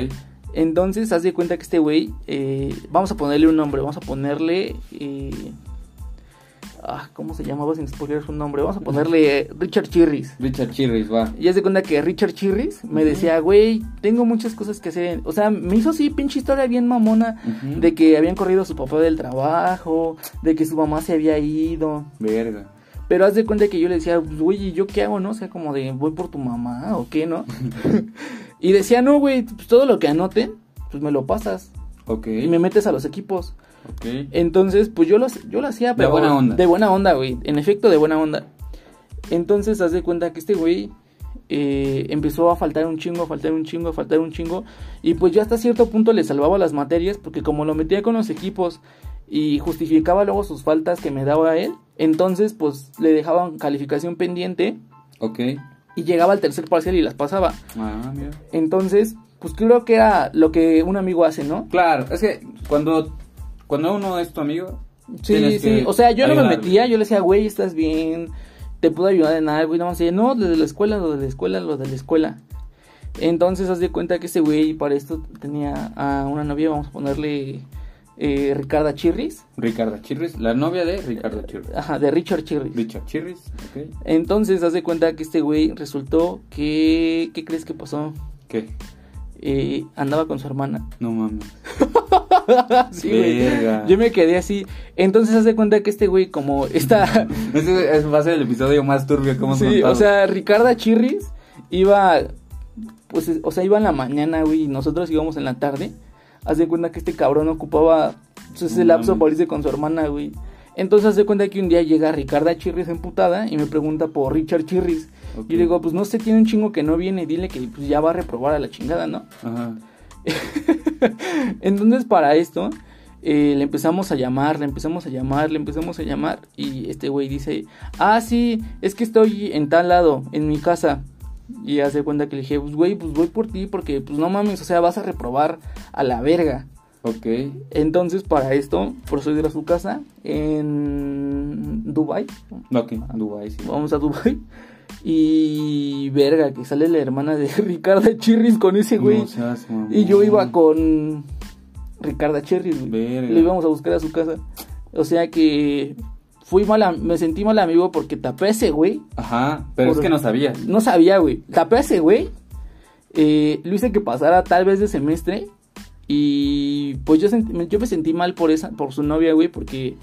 Speaker 2: Entonces, haz de cuenta que este güey, eh, vamos a ponerle un nombre, vamos a ponerle, eh, ah, ¿cómo se llamaba sin spoiler su nombre? Vamos a ponerle eh, Richard Chirris.
Speaker 3: Richard Chirris, va.
Speaker 2: Y haz de cuenta que Richard Chirris me decía, güey, tengo muchas cosas que hacer. O sea, me hizo así pinche historia bien mamona
Speaker 3: Ujú.
Speaker 2: de que habían corrido a su papá del trabajo, de que su mamá se había ido.
Speaker 3: Verga.
Speaker 2: Pero haz de cuenta que yo le decía, "Pues, güey, ¿y yo qué hago, no? O sea, como de, voy por tu mamá o qué, ¿no? y decía, no, güey, pues todo lo que anoten, pues me lo pasas.
Speaker 3: Ok,
Speaker 2: Y me metes a los equipos.
Speaker 3: ok.
Speaker 2: Entonces, pues yo lo, yo lo hacía, pero.
Speaker 3: buena onda.
Speaker 2: De buena onda, güey. En efecto, de buena onda. Entonces, haz de cuenta que este güey eh, empezó a faltar un chingo, a faltar un chingo, a faltar un chingo. Y pues yo hasta cierto punto le salvaba las materias, porque como lo metía con los equipos y justificaba luego sus faltas que me daba él, entonces, pues le dejaban calificación pendiente
Speaker 3: Ok.
Speaker 2: y llegaba al tercer parcial y las pasaba.
Speaker 3: Ah, mira.
Speaker 2: Entonces, pues creo que era lo que un amigo hace, ¿no?
Speaker 3: Claro, es que cuando, cuando uno es tu amigo,
Speaker 2: Sí,
Speaker 3: Tienes
Speaker 2: sí.
Speaker 3: que
Speaker 2: O sea, yo no me
Speaker 3: ayudarle.
Speaker 2: metía, yo le decía, güey, estás bien, te puedo ayudar en algo. Y nada más decía, no, lo de la escuela, lo de la escuela, lo de la escuela. Entonces, haz de cuenta que ese güey, para esto, tenía a una novia, vamos a ponerle eh, Ricarda Chirris,
Speaker 3: Ricardo Chirris, la novia de Ricardo Chirris.
Speaker 2: ajá, de Richard Chirris.
Speaker 3: Richard Chirris, ok.
Speaker 2: Entonces, haz de cuenta que este güey resultó que. ¿Qué crees que pasó?
Speaker 3: ¿Qué?
Speaker 2: Eh, andaba con su hermana.
Speaker 3: No mames.
Speaker 2: Sí, güey.
Speaker 3: Verga.
Speaker 2: Yo me quedé así. Entonces, haz de cuenta que este güey, como esta.
Speaker 3: Ese es- va a ser el episodio más turbio que hemos
Speaker 2: Sí,
Speaker 3: contado.
Speaker 2: o sea, Ricarda Chirris iba, pues, o sea, iba en la mañana, güey, y nosotros íbamos en la tarde. Haz de cuenta que este cabrón ocupaba pues, ese
Speaker 3: No
Speaker 2: lapso
Speaker 3: mames.
Speaker 2: para irse con su hermana, güey. Entonces, haz de cuenta que un día llega Ricarda Chirris emputada y me pregunta por Richard Chirris.
Speaker 3: Ok.
Speaker 2: Y le digo, pues, no sé, tiene un chingo que no viene, dile que pues, ya va a reprobar a la chingada, ¿no?
Speaker 3: Ajá.
Speaker 2: Entonces, para esto, eh, le empezamos a llamar, le empezamos a llamar, le empezamos a llamar. Y este güey dice: Ah, sí, es que estoy en tal lado, en mi casa. Y hace cuenta que le dije: Pues, güey, pues voy por ti, porque, pues no mames, o sea, vas a reprobar a la verga.
Speaker 3: Ok.
Speaker 2: Entonces, para esto, procedí a su casa en Dubai
Speaker 3: Ok, Dubai, sí.
Speaker 2: Vamos a Dubai Y verga, que sale la hermana de Ricardo Chirris con ese güey.
Speaker 3: No seas mamón.
Speaker 2: Y yo iba con Ricarda Cherry, güey.
Speaker 3: Mm. Verga.
Speaker 2: Lo íbamos a buscar a su casa. O sea que fui mal, am- me sentí mal amigo porque tapé a ese güey.
Speaker 3: Ajá, pero
Speaker 2: Por-
Speaker 3: es que no sabías.
Speaker 2: No sabía, güey. Tapé a ese güey. eh, lo hice que pasara tal vez de semestre. Y pues yo, sent- me- yo me sentí mal por esa, por su novia, güey, porque,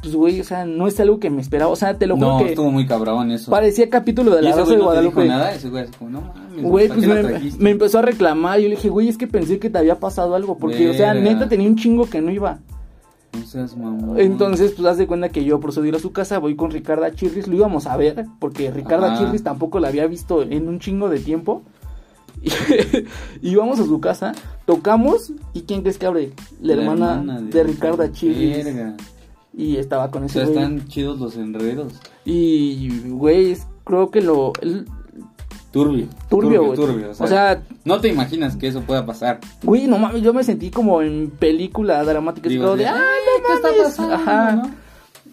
Speaker 2: pues, güey, o sea, no es algo que me esperaba. O sea, te lo juro
Speaker 3: No,
Speaker 2: que
Speaker 3: estuvo muy cabrón eso.
Speaker 2: parecía capítulo de
Speaker 3: ¿Y
Speaker 2: la
Speaker 3: ese
Speaker 2: Rosa de
Speaker 3: güey no te
Speaker 2: Guadalupe.
Speaker 3: dijo nada? Ese güey así como, no mames,
Speaker 2: Güey,
Speaker 3: ¿para
Speaker 2: pues
Speaker 3: qué la
Speaker 2: me,
Speaker 3: trajiste?
Speaker 2: me empezó a reclamar. Yo le dije, güey, es que pensé que te había pasado algo. Porque, o sea,
Speaker 3: Verga.
Speaker 2: neta tenía un chingo que no iba.
Speaker 3: No seas mamón.
Speaker 2: Entonces, pues, haz de cuenta que yo procedí a ir a su casa. Voy con Ricarda Chirris. Lo íbamos a ver. Porque Ricarda
Speaker 3: Ajá.
Speaker 2: Chirris tampoco la había visto en un chingo de tiempo. Y íbamos a su casa. Tocamos. ¿Y quién crees que abre? La, hermana, de, Ricarda Chirris.
Speaker 3: Verga.
Speaker 2: Y estaba con
Speaker 3: O
Speaker 2: ese
Speaker 3: sea,
Speaker 2: güey.
Speaker 3: están chidos los enredos.
Speaker 2: Y, güey, es- creo que lo. el-
Speaker 3: Turbio.
Speaker 2: turbio, güey.
Speaker 3: turbio,
Speaker 2: o sea,
Speaker 3: no te imaginas que eso pueda pasar.
Speaker 2: Güey, no mames, yo me sentí como en película dramática. Es
Speaker 3: Digo,
Speaker 2: como de,
Speaker 3: de,
Speaker 2: ¡ay,
Speaker 3: ¿qué
Speaker 2: no
Speaker 3: está
Speaker 2: mames".
Speaker 3: pasando,
Speaker 2: Ajá.
Speaker 3: ah, no?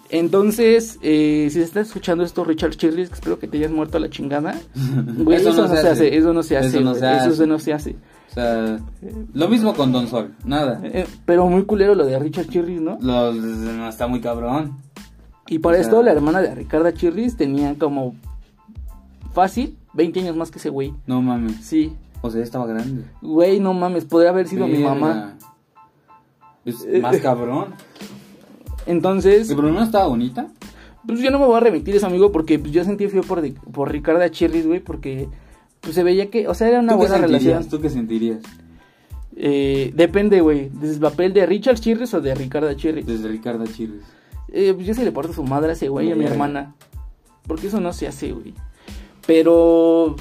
Speaker 2: Entonces, eh, si estás escuchando esto, Richard Chirris, que espero que te hayas muerto a la chingada. Güey, eso, no, se hace. eso no se hace.
Speaker 3: Eso no
Speaker 2: güey,
Speaker 3: se hace.
Speaker 2: eso no se hace.
Speaker 3: O sea, lo mismo con Don Sol, nada.
Speaker 2: Eh, pero muy culero lo de Richard Chirris, ¿no?
Speaker 3: Los, no, está muy cabrón.
Speaker 2: Y para
Speaker 3: O sea-
Speaker 2: esto, la hermana de Ricarda Chirris tenía como fácil 20 años más que ese güey.
Speaker 3: No mames.
Speaker 2: Sí.
Speaker 3: O sea, estaba grande.
Speaker 2: Güey, no mames, podría haber sido mi mamá.
Speaker 3: Es más cabrón.
Speaker 2: Entonces.
Speaker 3: ¿Pero no estaba bonita?
Speaker 2: Pues yo no me voy a remitir eso, amigo, porque pues, yo sentí feo por, Di- por Ricarda Chirris, güey, porque pues se veía que, o sea, era una
Speaker 3: ¿Tú qué
Speaker 2: buena
Speaker 3: sentirías?
Speaker 2: relación.
Speaker 3: ¿Tú qué sentirías?
Speaker 2: Eh, depende, güey, del papel de Richard Chirris o de Ricarda Chirris.
Speaker 3: Desde Ricardo Chirris.
Speaker 2: Eh, pues yo se le parto su madre a ese güey, a mi
Speaker 3: Verga.
Speaker 2: hermana. Porque eso no se hace, güey. Pero,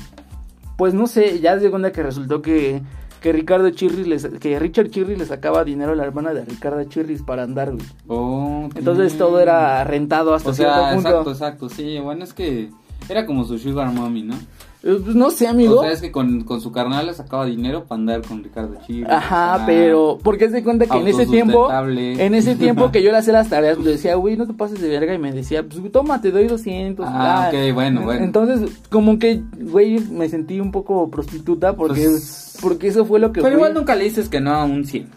Speaker 2: pues no sé, ya de cuenta que resultó que, que Ricardo Chirris, les, que Richard Chirris le sacaba dinero a la hermana de Ricarda Chirris para andar, güey.
Speaker 3: Oh,
Speaker 2: Entonces
Speaker 3: ok.
Speaker 2: todo era rentado hasta
Speaker 3: Mm. O sea,
Speaker 2: cierto punto.
Speaker 3: exacto, exacto. Sí, bueno, es que era como su sugar mommy, ¿no?
Speaker 2: Eh, pues, no sé, amigo.
Speaker 3: O sea, es que con, con su carnal le sacaba dinero para andar con Ricardo Chirris.
Speaker 2: Ajá,
Speaker 3: o sea,
Speaker 2: pero porque es de cuenta que en ese tiempo,
Speaker 3: autosustentable.
Speaker 2: en ese tiempo que yo le hacía las tareas, le decía, güey, no te pases de verga y me decía, pues toma, te doy 200.
Speaker 3: Ah,
Speaker 2: tal.
Speaker 3: ok, bueno, bueno.
Speaker 2: Entonces, como que, güey, me sentí un poco prostituta porque,
Speaker 3: Pues-
Speaker 2: porque eso fue lo que...
Speaker 3: Pero
Speaker 2: fui.
Speaker 3: igual nunca le dices que no a un 100.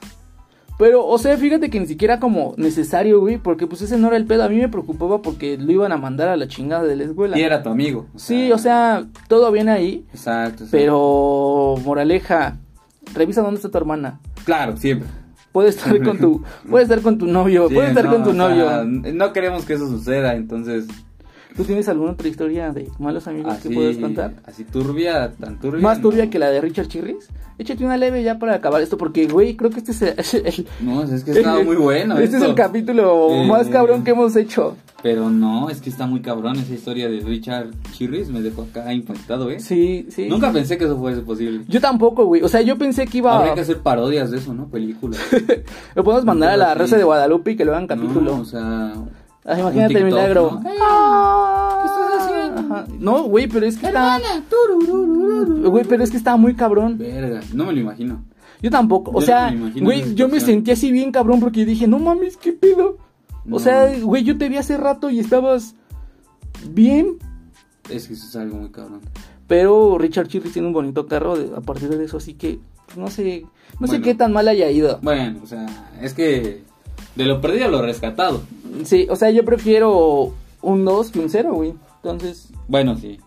Speaker 2: Pero, o sea, fíjate que ni siquiera como necesario, güey, porque pues ese no era el pedo. A mí me preocupaba porque lo iban a mandar a la chingada de la escuela.
Speaker 3: Y era tu amigo.
Speaker 2: Sí, o sea, todo bien ahí,
Speaker 3: Exacto, exacto.
Speaker 2: pero, moraleja, revisa dónde está tu hermana.
Speaker 3: Claro, siempre.
Speaker 2: Puedes estar con tu, puedes estar con tu novio,
Speaker 3: Sí,
Speaker 2: puedes estar
Speaker 3: no,
Speaker 2: con tu
Speaker 3: o sea,
Speaker 2: novio.
Speaker 3: no queremos que eso suceda, entonces.
Speaker 2: ¿Tú tienes alguna otra historia de malos amigos
Speaker 3: Así,
Speaker 2: que puedas contar?
Speaker 3: así turbia, tan turbia.
Speaker 2: Más
Speaker 3: no.
Speaker 2: turbia que la de Richard Chirris. Échate una leve ya para acabar esto, porque, güey, creo que este es el. el-
Speaker 3: No, es que estaba muy bueno.
Speaker 2: Este es
Speaker 3: esto.
Speaker 2: el capítulo
Speaker 3: Eh,
Speaker 2: más cabrón que hemos hecho.
Speaker 3: Pero no, es que está muy cabrón esa historia de Richard Chirris. Me dejó acá impactado, ¿eh?
Speaker 2: Sí, sí.
Speaker 3: Nunca pensé que eso fuese posible.
Speaker 2: Yo tampoco, güey. O sea, yo pensé que iba
Speaker 3: Habría
Speaker 2: a.
Speaker 3: que hacer parodias de eso, ¿no? Películas.
Speaker 2: Lo podemos mandar a la
Speaker 3: Sí.
Speaker 2: raza de Guadalupe y que lo hagan capítulo.
Speaker 3: No, o sea.
Speaker 2: Ah,
Speaker 3: un
Speaker 2: imagínate el
Speaker 3: TikTok,
Speaker 2: milagro.
Speaker 3: ¿no?
Speaker 2: Ajá. No, güey, pero es que está. Güey, pero es que estaba muy cabrón.
Speaker 3: Verga, no me lo imagino.
Speaker 2: Yo tampoco.
Speaker 3: Yo
Speaker 2: O
Speaker 3: no
Speaker 2: sea,
Speaker 3: me imagino esa
Speaker 2: güey, yo me
Speaker 3: situación.
Speaker 2: sentí así bien cabrón porque dije, no mames, qué pedo. O
Speaker 3: No.
Speaker 2: sea, güey, yo te vi hace rato y estabas bien.
Speaker 3: Es que eso es algo muy cabrón.
Speaker 2: Pero Richard Chirris tiene un bonito carro de- a partir de eso, así que pues, no sé, no sé
Speaker 3: Bueno.
Speaker 2: qué tan mal haya ido.
Speaker 3: Bueno, o sea, es que. De lo perdido a lo rescatado.
Speaker 2: Sí, o sea, yo prefiero un 2 que un 0, güey. Entonces,
Speaker 3: Bueno, sí.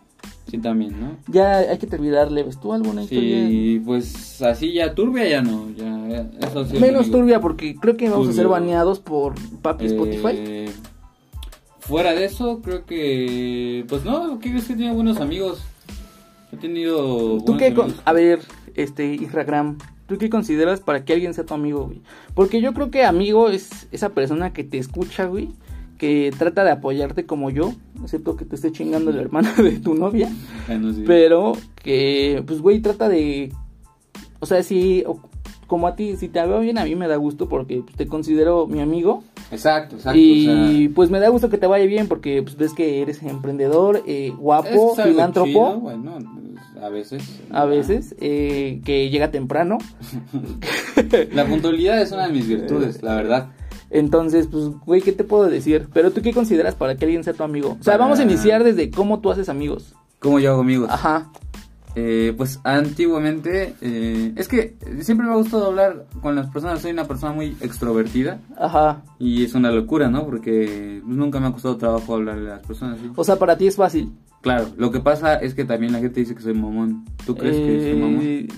Speaker 3: Sí, también, ¿no?
Speaker 2: ya hay que terminar leves. ¿Tú alguna historia?
Speaker 3: Sí, pues así ya turbia ya no. Ya, eso sí es
Speaker 2: Menos
Speaker 3: amigo.
Speaker 2: turbia porque creo que vamos a ser
Speaker 3: Turbio.
Speaker 2: baneados por Papi Spotify.
Speaker 3: Eh, Fuera de eso, creo que. Pues no, ¿qué crees que tiene buenos amigos? He
Speaker 2: ¿Tú
Speaker 3: tenido. buenos
Speaker 2: qué con-
Speaker 3: amigos.
Speaker 2: A ver, este, Instagram, ¿tú qué consideras para que alguien sea tu amigo, güey? Porque yo creo que amigo es esa persona que te escucha, güey, que trata de apoyarte como yo, excepto que te esté chingando la hermana de tu novia,
Speaker 3: Bueno, sí.
Speaker 2: pero que, pues, güey, trata de... O sea, si, o- como a ti, si te veo bien, a mí me da gusto porque pues, te considero mi amigo.
Speaker 3: Exacto, exacto.
Speaker 2: y
Speaker 3: o
Speaker 2: pues me da gusto que te vaya bien porque pues, ves que eres emprendedor, eh,
Speaker 3: sea, es
Speaker 2: guapo,
Speaker 3: algo
Speaker 2: filántropo.
Speaker 3: chido, bueno, pues, a veces.
Speaker 2: A veces, eh, que llega temprano.
Speaker 3: La puntualidad es una de mis virtudes, la verdad.
Speaker 2: Entonces, pues, güey, ¿qué te puedo decir? Pero tú qué consideras para que alguien sea tu amigo? O sea, vamos a
Speaker 3: Para-
Speaker 2: iniciar desde cómo tú haces amigos.
Speaker 3: ¿Cómo yo hago amigos?
Speaker 2: Ajá.
Speaker 3: Eh, pues antiguamente, eh, es que siempre me ha gustado hablar con las personas, soy una persona muy extrovertida
Speaker 2: Ajá.
Speaker 3: y es una locura, ¿no? Porque nunca me ha costado trabajo hablarle a las personas. ¿sí?
Speaker 2: O sea, para ti es fácil.
Speaker 3: Claro, lo que pasa es que también la gente dice que soy mamón. ¿Tú crees que soy mamón?
Speaker 2: Eh,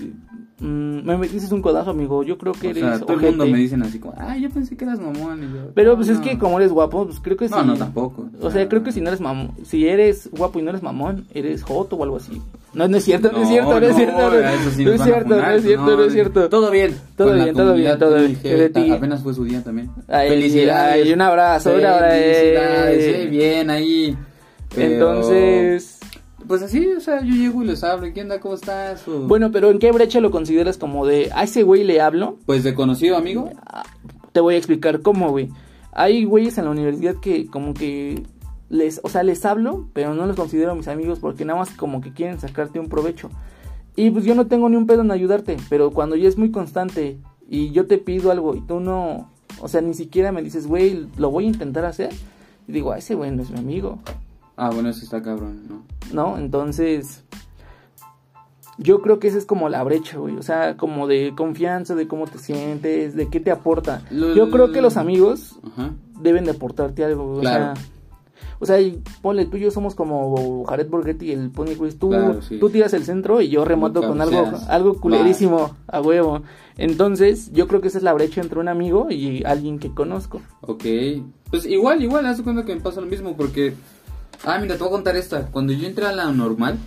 Speaker 2: mm, me metiste un codazo, amigo. Yo creo que
Speaker 3: O
Speaker 2: eres.
Speaker 3: sea, todo el mundo
Speaker 2: ojete.
Speaker 3: me dicen así como, ah, yo pensé que eras mamón. y yo,
Speaker 2: Pero
Speaker 3: "No,
Speaker 2: pues es
Speaker 3: no".
Speaker 2: que como eres guapo, pues creo que sí.
Speaker 3: No, no, tampoco.
Speaker 2: O sea, creo que si no eres mamón, si eres guapo y no eres mamón, eres joto o algo así. No, no es cierto, no, es cierto, no, es cierto. No,
Speaker 3: eso sí
Speaker 2: no
Speaker 3: nos
Speaker 2: es
Speaker 3: van a
Speaker 2: cierto, no
Speaker 3: funar,
Speaker 2: es cierto, no, es cierto.
Speaker 3: Todo bien.
Speaker 2: Todo
Speaker 3: con la
Speaker 2: bien, todo bien,
Speaker 3: comunidad
Speaker 2: todo bien.
Speaker 3: LGBT,
Speaker 2: De ti.
Speaker 3: Apenas fue su día también.
Speaker 2: Ay,
Speaker 3: Felicidades.
Speaker 2: ay, un abrazo, un abrazo.
Speaker 3: Felicidades,
Speaker 2: Eh.
Speaker 3: eh, bien ahí. Pero,
Speaker 2: Entonces,
Speaker 3: Pues así, o sea, yo llego y les hablo. ¿y ¿Qué onda? ¿Cómo estás? O-
Speaker 2: bueno, pero ¿en qué brecha lo consideras como de, a ese güey le hablo?
Speaker 3: Pues de conocido amigo.
Speaker 2: Te voy a explicar cómo, güey. Hay güeyes en la universidad que como que les, o sea, les hablo, pero no los considero mis amigos porque nada más como que quieren sacarte un provecho. Y pues yo no tengo ni un pedo en ayudarte, pero cuando ya es muy constante y yo te pido algo y tú no, o sea, ni siquiera me dices, güey, lo voy a intentar hacer, y digo, "Ah, ese güey no es mi amigo,
Speaker 3: Ah, bueno, eso está cabrón, ¿no?
Speaker 2: ¿no? Entonces, yo creo que esa es como la brecha, güey. O sea, como de confianza, de cómo te sientes, de qué te aporta.
Speaker 3: Lo-
Speaker 2: Yo creo que los amigos
Speaker 3: Ajá.
Speaker 2: deben de aportarte algo, güey.
Speaker 3: Claro.
Speaker 2: O sea, o sea, y ponle, tú y yo somos como Jared Borghetti y el Pony Ruiz. Tú,
Speaker 3: Claro, sí.
Speaker 2: tú tiras el centro y yo remato con algo,
Speaker 3: cabeceas.
Speaker 2: algo culerísimo, a huevo. Entonces, yo creo que esa es la brecha entre un amigo y alguien que conozco.
Speaker 3: Ok. Pues igual, igual, haz de cuenta que me pasa lo mismo porque... Ah, mira, te voy a contar esta. Cuando yo entré a la normal,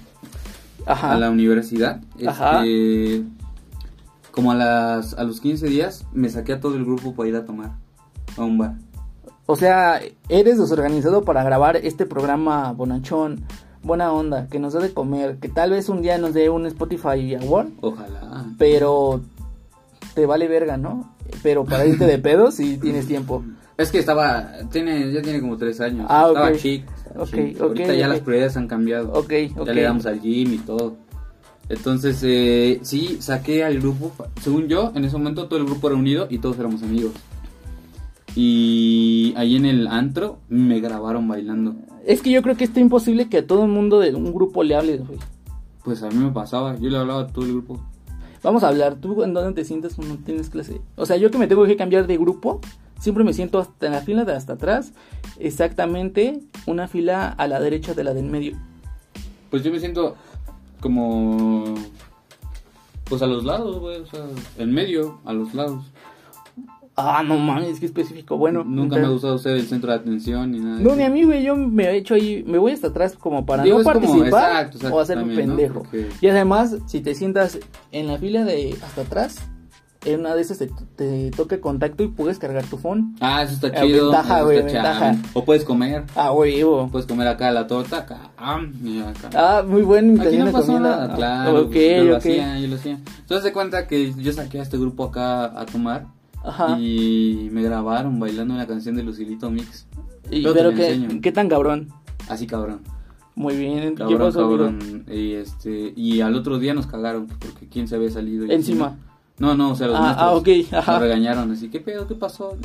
Speaker 2: Ajá.
Speaker 3: a la universidad.
Speaker 2: Ajá.
Speaker 3: Este, como a las a los 15 días me saqué a todo el grupo para ir a tomar a un bar.
Speaker 2: O sea, eres desorganizado para grabar este programa bonachón, buena onda, que nos da de comer, que tal vez un día nos dé un Spotify Award,
Speaker 3: Ojalá.
Speaker 2: pero te vale verga, ¿no? Pero para irte de pedo sí tienes tiempo.
Speaker 3: Es que estaba tiene ya tiene como tres años.
Speaker 2: Ah,
Speaker 3: estaba
Speaker 2: ok.
Speaker 3: chico. estaba
Speaker 2: Ok,
Speaker 3: chico.
Speaker 2: ok,
Speaker 3: Ahorita ya
Speaker 2: ok.
Speaker 3: las prioridades han cambiado.
Speaker 2: Ok, ok.
Speaker 3: Ya le damos al gym y todo. Entonces, eh, sí, saqué al grupo. pa- Según yo, en ese momento todo el grupo era unido y todos éramos amigos. Y ahí en el antro me grabaron bailando.
Speaker 2: Es que yo creo que está imposible que a todo el mundo de un grupo le hables, güey.
Speaker 3: Pues a mí me pasaba, yo le hablaba a todo el grupo.
Speaker 2: Vamos a hablar, ¿tú en dónde te sientas cuando tienes clase? O sea, yo que me tengo que cambiar de grupo, siempre me siento hasta en la fila de hasta atrás, exactamente una fila a la derecha de la del medio.
Speaker 3: Pues yo me siento como. Pues a los lados, güey, o sea, en medio, a los lados.
Speaker 2: Ah, no mames, qué específico. Bueno,
Speaker 3: Nunca me ha gustado ser el centro de atención ni nada. de
Speaker 2: No,
Speaker 3: eso.
Speaker 2: ni a mí, güey, yo me he hecho ahí, me voy hasta atrás como para
Speaker 3: Digo,
Speaker 2: no
Speaker 3: es como-
Speaker 2: participar
Speaker 3: exacto, exacto,
Speaker 2: o hacerme
Speaker 3: también, ¿no?
Speaker 2: pendejo.
Speaker 3: Porque-
Speaker 2: Y además, si te sientas en la fila de hasta atrás, en una de esas te, te toca contacto y puedes cargar tu phone.
Speaker 3: Ah, eso está
Speaker 2: Eh,
Speaker 3: chido.
Speaker 2: ventaja,
Speaker 3: eso
Speaker 2: güey,
Speaker 3: está chavo.
Speaker 2: ventaja.
Speaker 3: O puedes comer.
Speaker 2: Ah, huevo.
Speaker 3: Puedes comer acá la torta. Acá. ah, y acá.
Speaker 2: Ah, muy buena
Speaker 3: Aquí
Speaker 2: invitación
Speaker 3: no
Speaker 2: de
Speaker 3: pasó
Speaker 2: comida.
Speaker 3: nada,
Speaker 2: Ah,
Speaker 3: claro. pues,
Speaker 2: ok,
Speaker 3: yo lo
Speaker 2: ok.
Speaker 3: hacía, yo lo hacía. Entonces de cuenta que yo saqué a este grupo acá a tomar
Speaker 2: Ajá. Y,
Speaker 3: y me grabaron bailando una canción de Lucilito Mix. luego te
Speaker 2: pero
Speaker 3: la
Speaker 2: qué,
Speaker 3: enseño.
Speaker 2: qué tan cabrón.
Speaker 3: Así cabrón.
Speaker 2: Muy bien. ¿Qué
Speaker 3: Cabrón,
Speaker 2: pasó,
Speaker 3: cabrón. Y este y al otro día nos cagaron porque quién se había salido. y
Speaker 2: Encima.
Speaker 3: No, no, o sea, los
Speaker 2: Ah, ah, ok,
Speaker 3: maestros
Speaker 2: ajá.
Speaker 3: nos regañaron así, ¿qué pedo? ¿Qué pasó?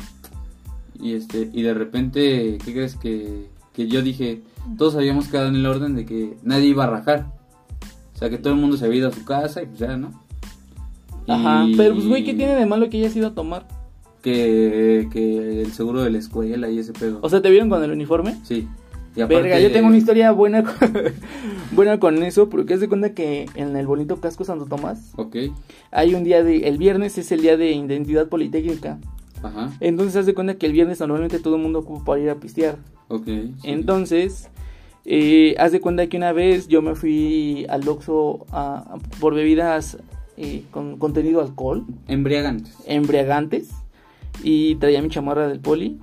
Speaker 3: Y este y de repente, ¿qué crees que que yo dije? Todos habíamos quedado en el orden de que nadie iba a rajar. O sea, que todo el mundo se había ido a su casa y pues ya, ¿no?
Speaker 2: güey? Ajá.
Speaker 3: Y
Speaker 2: Pero, pues, güey, ¿qué tiene de malo que hayas ido a tomar?
Speaker 3: Que, que el seguro de la escuela y ese pedo.
Speaker 2: O sea, ¿te vieron con el uniforme?
Speaker 3: sí. Y
Speaker 2: Verga, yo tengo una historia buena con, buena con eso, porque haz de cuenta que en el bonito casco Santo Tomás
Speaker 3: Ok,
Speaker 2: hay un día de, el viernes es el día de identidad politécnica.
Speaker 3: ajá,
Speaker 2: Entonces haz de cuenta que el viernes normalmente todo el mundo ocupa para ir a pistear.
Speaker 3: ok. sí.
Speaker 2: Entonces, eh, haz de cuenta que una vez yo me fui al Oxxo a- a- por bebidas eh, con contenido alcohol,
Speaker 3: Embriagantes.
Speaker 2: embriagantes, y traía mi chamarra del poli.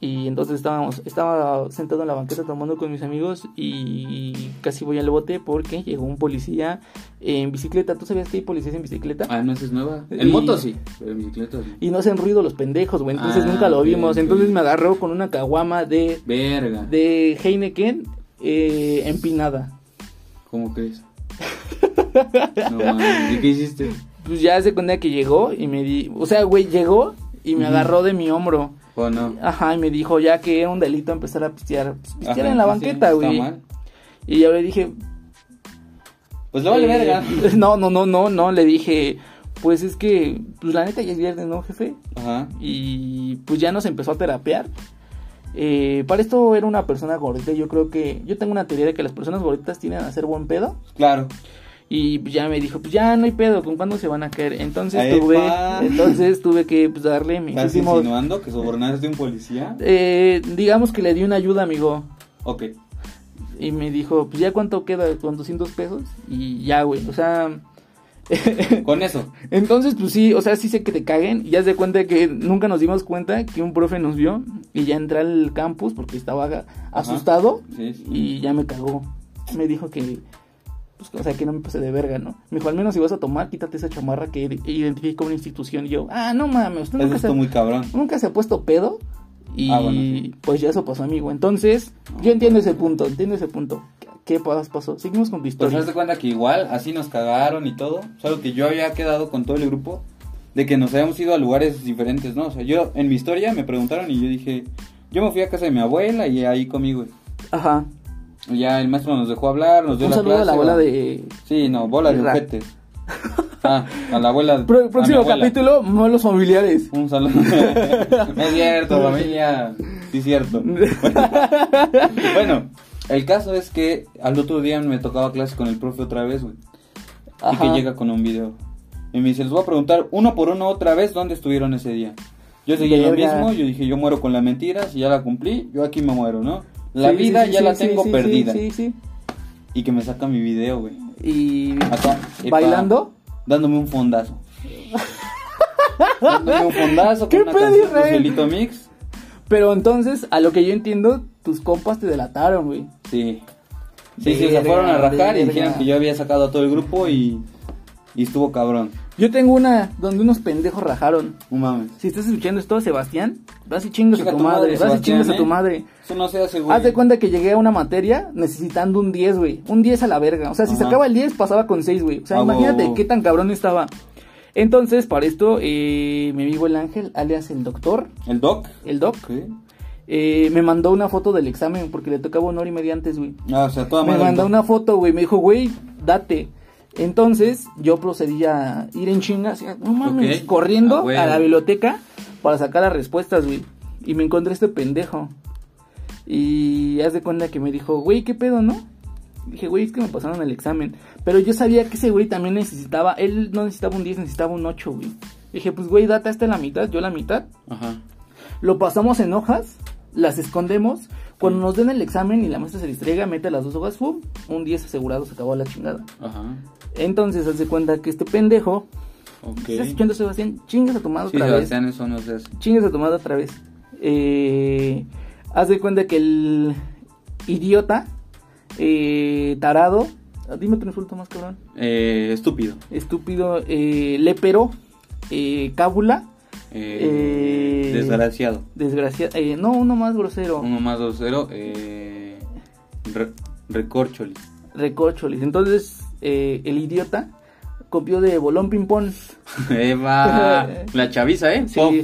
Speaker 2: Y entonces estábamos, estaba sentado en la banqueta tomando con mis amigos y casi voy al bote porque llegó un policía en bicicleta. ¿Tú sabías que hay policías en bicicleta?
Speaker 3: Ah, no, esa es nueva.
Speaker 2: Y-
Speaker 3: En moto sí, pero en bicicleta no.
Speaker 2: Y no hacen ruido los pendejos, güey. Entonces
Speaker 3: Ah,
Speaker 2: nunca lo
Speaker 3: ok,
Speaker 2: vimos.
Speaker 3: ok.
Speaker 2: Entonces me agarró con una caguama de,
Speaker 3: Verga.
Speaker 2: de Heineken eh, empinada.
Speaker 3: ¿Cómo crees? no mames, ¿y qué hiciste?
Speaker 2: Pues ya se cuenta que llegó y me di. O sea, güey, llegó y me
Speaker 3: Ujú.
Speaker 2: agarró de mi hombro.
Speaker 3: ¿O no?
Speaker 2: Ajá, y me dijo ya que era un delito empezar a pistear. Pues, pistear
Speaker 3: Ajá,
Speaker 2: en la
Speaker 3: sí,
Speaker 2: banqueta,
Speaker 3: está
Speaker 2: güey.
Speaker 3: mal.
Speaker 2: Y yo le dije.
Speaker 3: Pues le vale
Speaker 2: eh,
Speaker 3: verga.
Speaker 2: No, no, no, no, no. Le dije, pues es que. Pues la neta ya es viernes, ¿no, jefe?
Speaker 3: Ajá.
Speaker 2: Y pues ya nos empezó a terapear. Eh, para esto era una persona gordita. Yo creo que. Yo tengo una teoría de que las personas gorditas tienen a ser buen pedo.
Speaker 3: Claro.
Speaker 2: Y pues, ya me dijo, pues ya no hay pedo, ¿con cuándo se van a caer? Entonces
Speaker 3: Epa.
Speaker 2: tuve, entonces tuve que pues, darle mis
Speaker 3: ¿Estás
Speaker 2: últimos,
Speaker 3: insinuando que sobornaste a un policía?
Speaker 2: eh, digamos que le di una ayuda, amigo.
Speaker 3: Ok.
Speaker 2: Y me dijo, pues ya cuánto queda con 200 pesos. Y ya, güey, o sea,
Speaker 3: Con eso.
Speaker 2: entonces pues sí, o sea, sí sé que te caguen. Y ya se cuenta que nunca nos dimos cuenta que un profe nos vio y ya entré al campus porque estaba aga- asustado
Speaker 3: Sí, sí.
Speaker 2: y ya me cagó. Me dijo que, pues, o sea, que no me pasé de verga, ¿no? Me dijo, al menos si vas a tomar, quítate esa chamarra que ide- identifica una institución. Y yo, ah, no Pues mames, usted
Speaker 3: Eso
Speaker 2: nunca se,
Speaker 3: está muy cabrón.
Speaker 2: nunca se ha puesto pedo. Y
Speaker 3: Ah, bueno, sí.
Speaker 2: pues ya eso pasó, amigo. Entonces, yo entiendo ese punto, entiendo ese punto. ¿Qué pas- pasó? Seguimos con tu
Speaker 3: Pues
Speaker 2: historia.
Speaker 3: hazte cuenta que igual, así nos cagaron y todo. Solo que yo había quedado con todo el grupo de que nos habíamos ido a lugares diferentes, ¿no? O sea, yo en mi historia me preguntaron y yo dije, yo me fui a casa de mi abuela y ahí conmigo.
Speaker 2: Ajá.
Speaker 3: Y ya el maestro nos dejó hablar, nos dio
Speaker 2: Un
Speaker 3: la
Speaker 2: saludo a la
Speaker 3: clase,
Speaker 2: abuela
Speaker 3: va.
Speaker 2: de...
Speaker 3: Sí, no, bola de
Speaker 2: Ra-
Speaker 3: juguetes. Ah, a la abuela. a
Speaker 2: Pro-
Speaker 3: mi
Speaker 2: próximo
Speaker 3: abuela.
Speaker 2: capítulo, malos familiares.
Speaker 3: Un saludo. no es cierto, familia. Sí, es cierto. bueno, el caso es que al otro día me tocaba clase con el profe otra vez, güey. Y
Speaker 2: Ajá.
Speaker 3: que llega con un video. Y me dice, les voy a preguntar uno por uno otra vez dónde estuvieron ese día. Yo seguí lo
Speaker 2: Verga.
Speaker 3: mismo, yo dije, yo muero con la mentira, si ya la cumplí, yo aquí me muero, ¿no? La
Speaker 2: Sí, sí,
Speaker 3: vida
Speaker 2: sí,
Speaker 3: ya
Speaker 2: sí,
Speaker 3: la
Speaker 2: sí,
Speaker 3: tengo
Speaker 2: sí, sí,
Speaker 3: perdida.
Speaker 2: Sí, sí,
Speaker 3: Y que me saca mi video, güey.
Speaker 2: Y...
Speaker 3: Acá, epa,
Speaker 2: ¿Bailando?
Speaker 3: Dándome un fondazo. dándome un fondazo
Speaker 2: ¿Qué
Speaker 3: con una
Speaker 2: pedo,
Speaker 3: canción de
Speaker 2: Israel?
Speaker 3: Felito Mix.
Speaker 2: Pero entonces, a lo que yo entiendo, tus compas te delataron, güey.
Speaker 3: Sí. Sí, sí, se
Speaker 2: Verga,
Speaker 3: fueron a rajar
Speaker 2: verga.
Speaker 3: y dijeron que yo había sacado a todo el grupo y, y estuvo cabrón.
Speaker 2: Yo tengo una donde unos pendejos rajaron.
Speaker 3: No mames.
Speaker 2: Si estás escuchando esto, Sebastián, vas y chingas a
Speaker 3: Chinga
Speaker 2: tu madre, vas y
Speaker 3: Sebastián,
Speaker 2: chingas a tu
Speaker 3: ¿eh?
Speaker 2: madre.
Speaker 3: Eso no se hace, güey.
Speaker 2: Haz de cuenta que llegué a una materia necesitando un 10, güey. Un 10 a la verga. O sea, si
Speaker 3: Ajá.
Speaker 2: sacaba el 10, pasaba con 6, güey. O sea,
Speaker 3: Ah,
Speaker 2: imagínate
Speaker 3: wow, wow.
Speaker 2: qué tan cabrón estaba. Entonces, para esto, eh, mi amigo el ángel, alias el doctor,
Speaker 3: ¿El doc?
Speaker 2: el doc,
Speaker 3: ¿Qué?
Speaker 2: eh, me mandó una foto del examen porque le tocaba una hora y media antes, güey.
Speaker 3: Ah, o sea, toda
Speaker 2: Me
Speaker 3: madre.
Speaker 2: mandó una foto, güey. Me dijo, güey, date. Entonces, yo procedí a ir en chinga, así, no mames,
Speaker 3: Ok.
Speaker 2: corriendo
Speaker 3: Ah, güey.
Speaker 2: a la biblioteca para sacar las respuestas, güey. Y me encontré este pendejo. Y haz de cuenta que me dijo, güey, ¿qué pedo, no? Dije, güey, es que me pasaron el examen. Pero yo sabía que ese güey también necesitaba, él no necesitaba un 10, necesitaba un 8, güey. Dije, pues güey, data esta en la mitad, yo la mitad.
Speaker 1: Ajá.
Speaker 2: Lo pasamos en hojas, las escondemos.
Speaker 3: Mm.
Speaker 2: Cuando nos den el examen y la maestra se distraiga, mete las dos hojas, ¡fum! Un 10 asegurado, se acabó la chingada.
Speaker 1: Ajá.
Speaker 2: Entonces, haz de cuenta que este pendejo.
Speaker 1: Ok.
Speaker 2: ¿Estás escuchando, Sebastián? Chingas a tu madre
Speaker 3: Sí,
Speaker 2: otra vez.
Speaker 3: Sebastián, eso no se hace.
Speaker 2: Chingas a tu madre otra vez. Eh, haz de cuenta que el idiota, eh, tarado, dime tu insulto más cabrón.
Speaker 1: Eh, estúpido.
Speaker 2: estúpido, eh, lépero, eh, cábula, Eh,
Speaker 3: Eh, Desgraciado.
Speaker 2: desgraciado, eh, no, uno más grosero,
Speaker 3: Uno más dos cero. Eh, re- recorcholi.
Speaker 2: recorcholis. Entonces, eh, el idiota copió de Bolón Pimpón.
Speaker 3: Eva. Eh, La chaviza, ¿eh?
Speaker 2: Sí.
Speaker 3: Pop.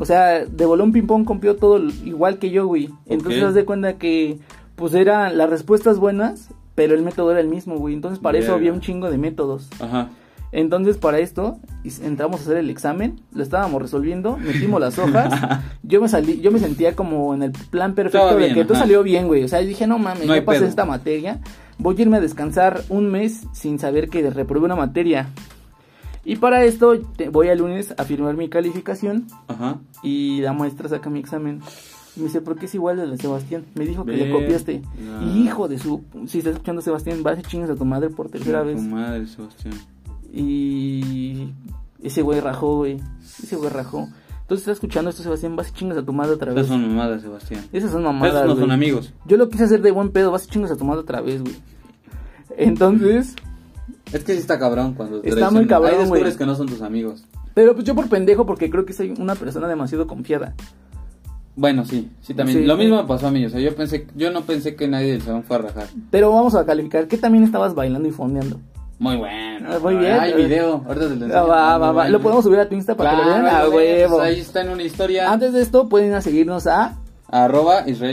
Speaker 2: O sea, de Bolón Pimpón copió todo l- igual que yo, güey. Entonces,
Speaker 3: Ok.
Speaker 2: haz de cuenta que, pues, eran las respuestas buenas, pero el método era el mismo, güey. Entonces, para eso
Speaker 3: Verga.
Speaker 2: había un chingo de métodos.
Speaker 3: Ajá.
Speaker 2: Entonces, para esto, is- entramos a hacer el examen, lo estábamos resolviendo, metimos las hojas. Yo me salí, yo me sentía como en el plan perfecto
Speaker 3: Todo
Speaker 2: de
Speaker 3: bien,
Speaker 2: que todo
Speaker 3: ajá.
Speaker 2: salió bien, güey. O sea, dije, no mames,
Speaker 3: No hay
Speaker 2: ya pasé
Speaker 3: pedo.
Speaker 2: esta materia. Voy a irme a descansar un mes sin saber que reprobé una materia. Y para esto, te- voy al lunes a firmar mi calificación
Speaker 3: Ajá.
Speaker 2: y la maestra saca mi examen. Y me dice, ¿por qué es igual al de Sebastián? Me dijo que le
Speaker 3: Ver-
Speaker 2: copiaste.
Speaker 3: no.
Speaker 2: Hijo de su... Si estás escuchando, Sebastián, vas y chingas a tu madre por tercera
Speaker 3: Tu
Speaker 2: Pues vez.
Speaker 3: madre, Sebastián.
Speaker 2: Y ese güey rajó, güey. Ese güey rajó. Entonces estás escuchando esto, Sebastián, vas y chingas a tu madre otra vez.
Speaker 3: Esas son mamadas, Sebastián.
Speaker 2: Esas son mamadas.
Speaker 3: Esos no son
Speaker 2: güey.
Speaker 3: amigos.
Speaker 2: Yo lo quise hacer de buen pedo, vas y chingas a tu madre otra vez, güey. Entonces,
Speaker 3: Es que sí está cabrón cuando te
Speaker 2: Está muy
Speaker 3: traicionan.
Speaker 2: cabrón,
Speaker 3: Ahí descubres
Speaker 2: güey.
Speaker 3: que no son tus amigos.
Speaker 2: pero pues yo por pendejo, porque creo que soy una persona demasiado confiada.
Speaker 3: Bueno, sí, sí también.
Speaker 2: Sí,
Speaker 3: lo
Speaker 2: sí.
Speaker 3: mismo me pasó a mí, o sea, yo pensé, yo no pensé que nadie del salón fuera a rajar.
Speaker 2: Pero vamos a calificar que también estabas bailando y fondeando.
Speaker 3: Muy bueno.
Speaker 2: Ah, muy bien.
Speaker 3: Hay video, ahorita te lo
Speaker 2: Ah,
Speaker 3: enseño.
Speaker 2: va,
Speaker 3: Muy
Speaker 2: va, va.
Speaker 3: bueno.
Speaker 2: Lo podemos subir a tu Insta para que lo
Speaker 3: Claro,
Speaker 2: vean a
Speaker 3: lo ves,
Speaker 2: huevo.
Speaker 3: Ahí está en una historia.
Speaker 2: Antes de esto, pueden ir a seguirnos a
Speaker 3: Arroba Israel-Mars.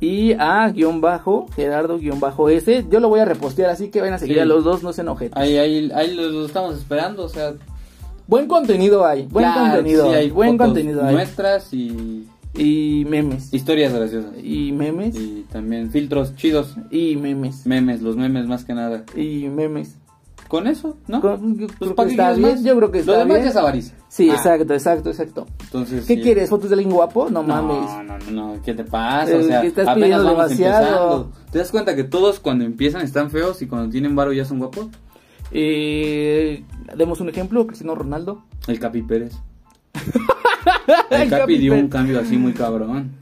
Speaker 2: y a guión bajo Gerardo guión bajo S. Yo lo voy a repostear, así que vayan a seguir
Speaker 3: Sí. Ah.
Speaker 2: a los dos, no se enojen.
Speaker 3: Ahí, ahí, ahí los, los estamos esperando, o sea.
Speaker 2: Buen contenido hay, buen
Speaker 3: ya,
Speaker 2: contenido
Speaker 3: sí
Speaker 2: hay, buen
Speaker 3: fotos
Speaker 2: contenido hay.
Speaker 3: Nuestras y
Speaker 2: Y memes.
Speaker 3: historias graciosas.
Speaker 2: Y memes.
Speaker 3: Y también filtros chidos.
Speaker 2: Y memes.
Speaker 3: Memes, los memes más que nada.
Speaker 2: Y memes.
Speaker 3: Con eso, ¿no?
Speaker 2: Con- yo,
Speaker 3: Pues,
Speaker 2: creo
Speaker 3: ¿para
Speaker 2: que
Speaker 3: qué
Speaker 2: está
Speaker 3: quieres
Speaker 2: bien,
Speaker 3: más?
Speaker 2: yo creo que
Speaker 3: Lo
Speaker 2: está
Speaker 3: demás
Speaker 2: bien.
Speaker 3: es avaricia.
Speaker 2: Sí,
Speaker 3: Ah,
Speaker 2: exacto, exacto, exacto.
Speaker 3: Entonces,
Speaker 2: ¿Qué
Speaker 3: sí.
Speaker 2: quieres? ¿Fotos de alguien guapo? No,
Speaker 3: No,
Speaker 2: mames.
Speaker 3: No, no, no, ¿qué te pasa? O
Speaker 2: Eh,
Speaker 3: sea,
Speaker 2: que estás
Speaker 3: apenas
Speaker 2: pidiendo
Speaker 3: vamos
Speaker 2: demasiado.
Speaker 3: empezando. ¿Te das cuenta que todos cuando empiezan están feos y cuando tienen varo ya son guapos?
Speaker 2: Eh, demos un ejemplo, Cristiano Ronaldo.
Speaker 3: El Capi Pérez.
Speaker 2: El
Speaker 3: El
Speaker 2: Capi
Speaker 3: Capi dio
Speaker 2: Pérez.
Speaker 3: un cambio así muy cabrón.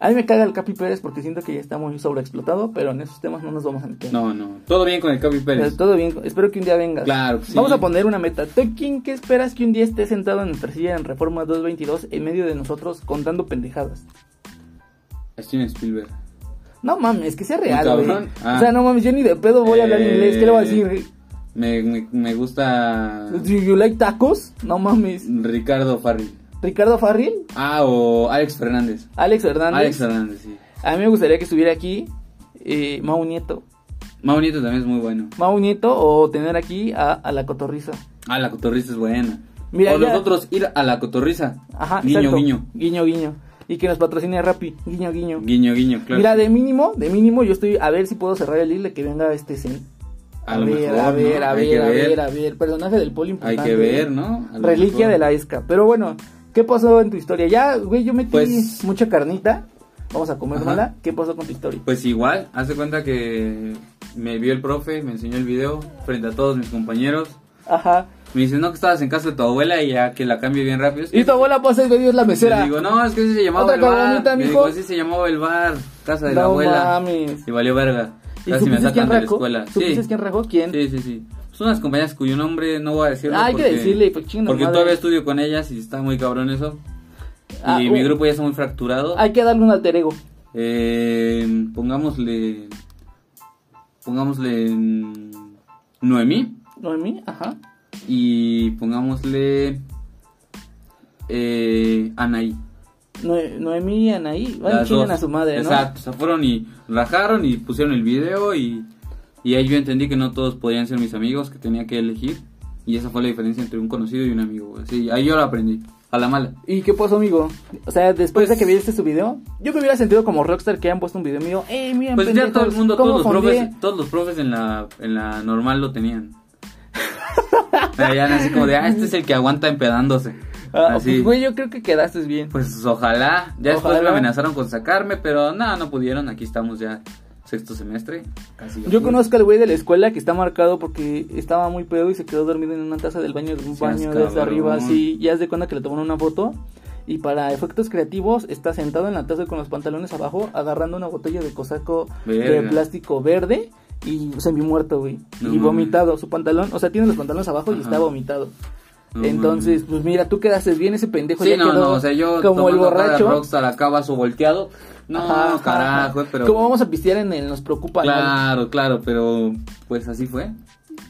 Speaker 2: A mí me caga el Capi Pérez porque siento que ya está muy sobreexplotado, pero en esos temas no nos vamos a meter.
Speaker 3: No, no, todo bien con el Capi
Speaker 2: Pero
Speaker 3: Pérez.
Speaker 2: todo bien, espero que un día vengas.
Speaker 3: Claro que sí.
Speaker 2: Vamos a poner una meta. ¿Tú quién qué esperas que un día estés sentado en nuestra silla en Reforma 222 en medio de nosotros contando pendejadas?
Speaker 3: Steven Spielberg.
Speaker 2: No mames, que sea real,
Speaker 3: cabrón.
Speaker 2: güey.
Speaker 3: Ah.
Speaker 2: O sea, no mames, yo ni de pedo voy a hablar
Speaker 3: Eh,
Speaker 2: inglés. ¿Qué le voy a decir?
Speaker 3: Me, me, me gusta
Speaker 2: ¿Do you like tacos? No mames.
Speaker 3: Ricardo Farri.
Speaker 2: Ricardo Farril,
Speaker 3: Ah, o Alex Fernández.
Speaker 2: Alex Hernández.
Speaker 3: Alex Fernández, sí.
Speaker 2: A mí me gustaría que estuviera aquí eh, Mau Nieto.
Speaker 3: Mau Nieto también es muy bueno.
Speaker 2: Mau Nieto o tener aquí a, a la cotorriza.
Speaker 3: Ah, la cotorriza es buena.
Speaker 2: Mira,
Speaker 3: o
Speaker 2: ya-
Speaker 3: nosotros ir a la cotorriza.
Speaker 2: Ajá,
Speaker 3: guiño,
Speaker 2: exacto.
Speaker 3: guiño.
Speaker 2: Guiño, guiño. Y que nos patrocine Rappi. Guiño, guiño.
Speaker 3: Guiño, guiño, claro.
Speaker 2: Mira, de mínimo, de mínimo, yo estoy a ver si puedo cerrar el hilo de que venga este Zen.
Speaker 3: A lo
Speaker 2: ver,
Speaker 3: mejor,
Speaker 2: a ver,
Speaker 3: ¿no?
Speaker 2: a
Speaker 3: Hay que
Speaker 2: ver, a
Speaker 3: ver.
Speaker 2: ver, a ver. Personaje del poli
Speaker 3: Hay
Speaker 2: importante.
Speaker 3: que ver, ¿no? A lo
Speaker 2: Reliquia
Speaker 3: mejor.
Speaker 2: de la esca. Pero bueno, ¿qué pasó en tu historia? Ya, güey, yo metí
Speaker 3: Pues-
Speaker 2: mucha carnita. Vamos a comer
Speaker 3: Ajá.
Speaker 2: mala. ¿Qué pasó con tu historia?
Speaker 3: Pues igual, hace cuenta que me vio el profe, me enseñó el video frente a todos mis compañeros.
Speaker 2: Ajá.
Speaker 3: Me dice, no, que estabas en casa de tu abuela y ya que la cambie bien rápido. Es que
Speaker 2: Y tu abuela pasa y es la mesera.
Speaker 3: Le digo, no, es que así se llamaba
Speaker 2: Otra
Speaker 3: el bar.
Speaker 2: caguamita,
Speaker 3: Me
Speaker 2: mijo.
Speaker 3: digo, así se llamaba el bar, casa de la
Speaker 2: No
Speaker 3: abuela.
Speaker 2: mames.
Speaker 3: Y valió verga.
Speaker 2: ¿Y
Speaker 3: Casi me
Speaker 2: supiste quién
Speaker 3: sacan de la
Speaker 2: rajó?
Speaker 3: escuela.
Speaker 2: ¿Supiste
Speaker 3: Sí.
Speaker 2: quién rajó? ¿Quién?
Speaker 3: Sí, sí, sí. Son unas compañeras cuyo nombre no voy a decirlo.
Speaker 2: Ah, hay que
Speaker 3: porque-
Speaker 2: decirle, pues, chinga
Speaker 3: Porque
Speaker 2: madre.
Speaker 3: todavía estudio con ellas y está muy cabrón eso.
Speaker 2: Ah,
Speaker 3: y
Speaker 2: uh.
Speaker 3: mi grupo ya está muy fracturado.
Speaker 2: Hay que darle un alter ego.
Speaker 3: Eh, pongámosle. Pongámosle. mm, Noemí.
Speaker 2: ¿No de mí? Ajá.
Speaker 3: Y pongámosle. Eh, Anaí.
Speaker 2: Noe- Noemí y Anaí. Van
Speaker 3: Las
Speaker 2: chingan
Speaker 3: dos.
Speaker 2: a su madre, ¿no?
Speaker 3: Exacto. o sea, fueron y rajaron y pusieron el video. Y, y ahí yo entendí que no todos podían ser mis amigos, que tenía que elegir. Y esa fue la diferencia entre un conocido y un amigo. güey. Sí, ahí yo lo aprendí. A la mala.
Speaker 2: ¿Y qué pasó, amigo? O sea, después de
Speaker 3: Pues-
Speaker 2: que viste su video, yo me hubiera sentido como rockstar que hayan puesto un video mío. ¡Ey, miren,
Speaker 3: Pues ya todo el
Speaker 2: pendejos,
Speaker 3: mundo,
Speaker 2: cómo
Speaker 3: todos los
Speaker 2: fondeé!
Speaker 3: profes, todos los profes en la, en la normal lo tenían. Pero ya así como de, ah, este es el que aguanta empedándose.
Speaker 2: Ah,
Speaker 3: Así.
Speaker 2: pues, güey, yo creo que quedaste bien.
Speaker 3: Pues ojalá. Ya después me
Speaker 2: Ojalá.
Speaker 3: amenazaron con sacarme, pero nada, no pudieron. Aquí estamos ya sexto semestre. Casi
Speaker 2: Yo conozco al güey de la escuela que está marcado porque estaba muy pedo y se quedó dormido en una taza del baño de un
Speaker 3: Seas
Speaker 2: baño desde
Speaker 3: cabrón.
Speaker 2: arriba, así. Y haz de cuenta que le tomaron una foto. Y para efectos creativos, está sentado en la taza con los pantalones abajo, agarrando una botella de cosaco de
Speaker 3: Verga.
Speaker 2: plástico verde y semimuerto, güey.
Speaker 3: No
Speaker 2: y
Speaker 3: mames.
Speaker 2: vomitado. Su pantalón, o sea, tiene los pantalones abajo y
Speaker 3: Ajá.
Speaker 2: está vomitado.
Speaker 3: No
Speaker 2: Entonces, pues mira, tú quedaste bien, ese pendejo
Speaker 3: Sí,
Speaker 2: ya
Speaker 3: no,
Speaker 2: quedó
Speaker 3: no, o sea, yo
Speaker 2: como el
Speaker 3: tomando cada
Speaker 2: borracho.
Speaker 3: Rockstar acaba su volteado. No,
Speaker 2: Ajá, ajá,
Speaker 3: carajo, eh,
Speaker 2: ajá.
Speaker 3: pero.
Speaker 2: ¿Cómo vamos a pistear en el Nos Preocupa? no?
Speaker 3: Claro, claro, pero pues así fue.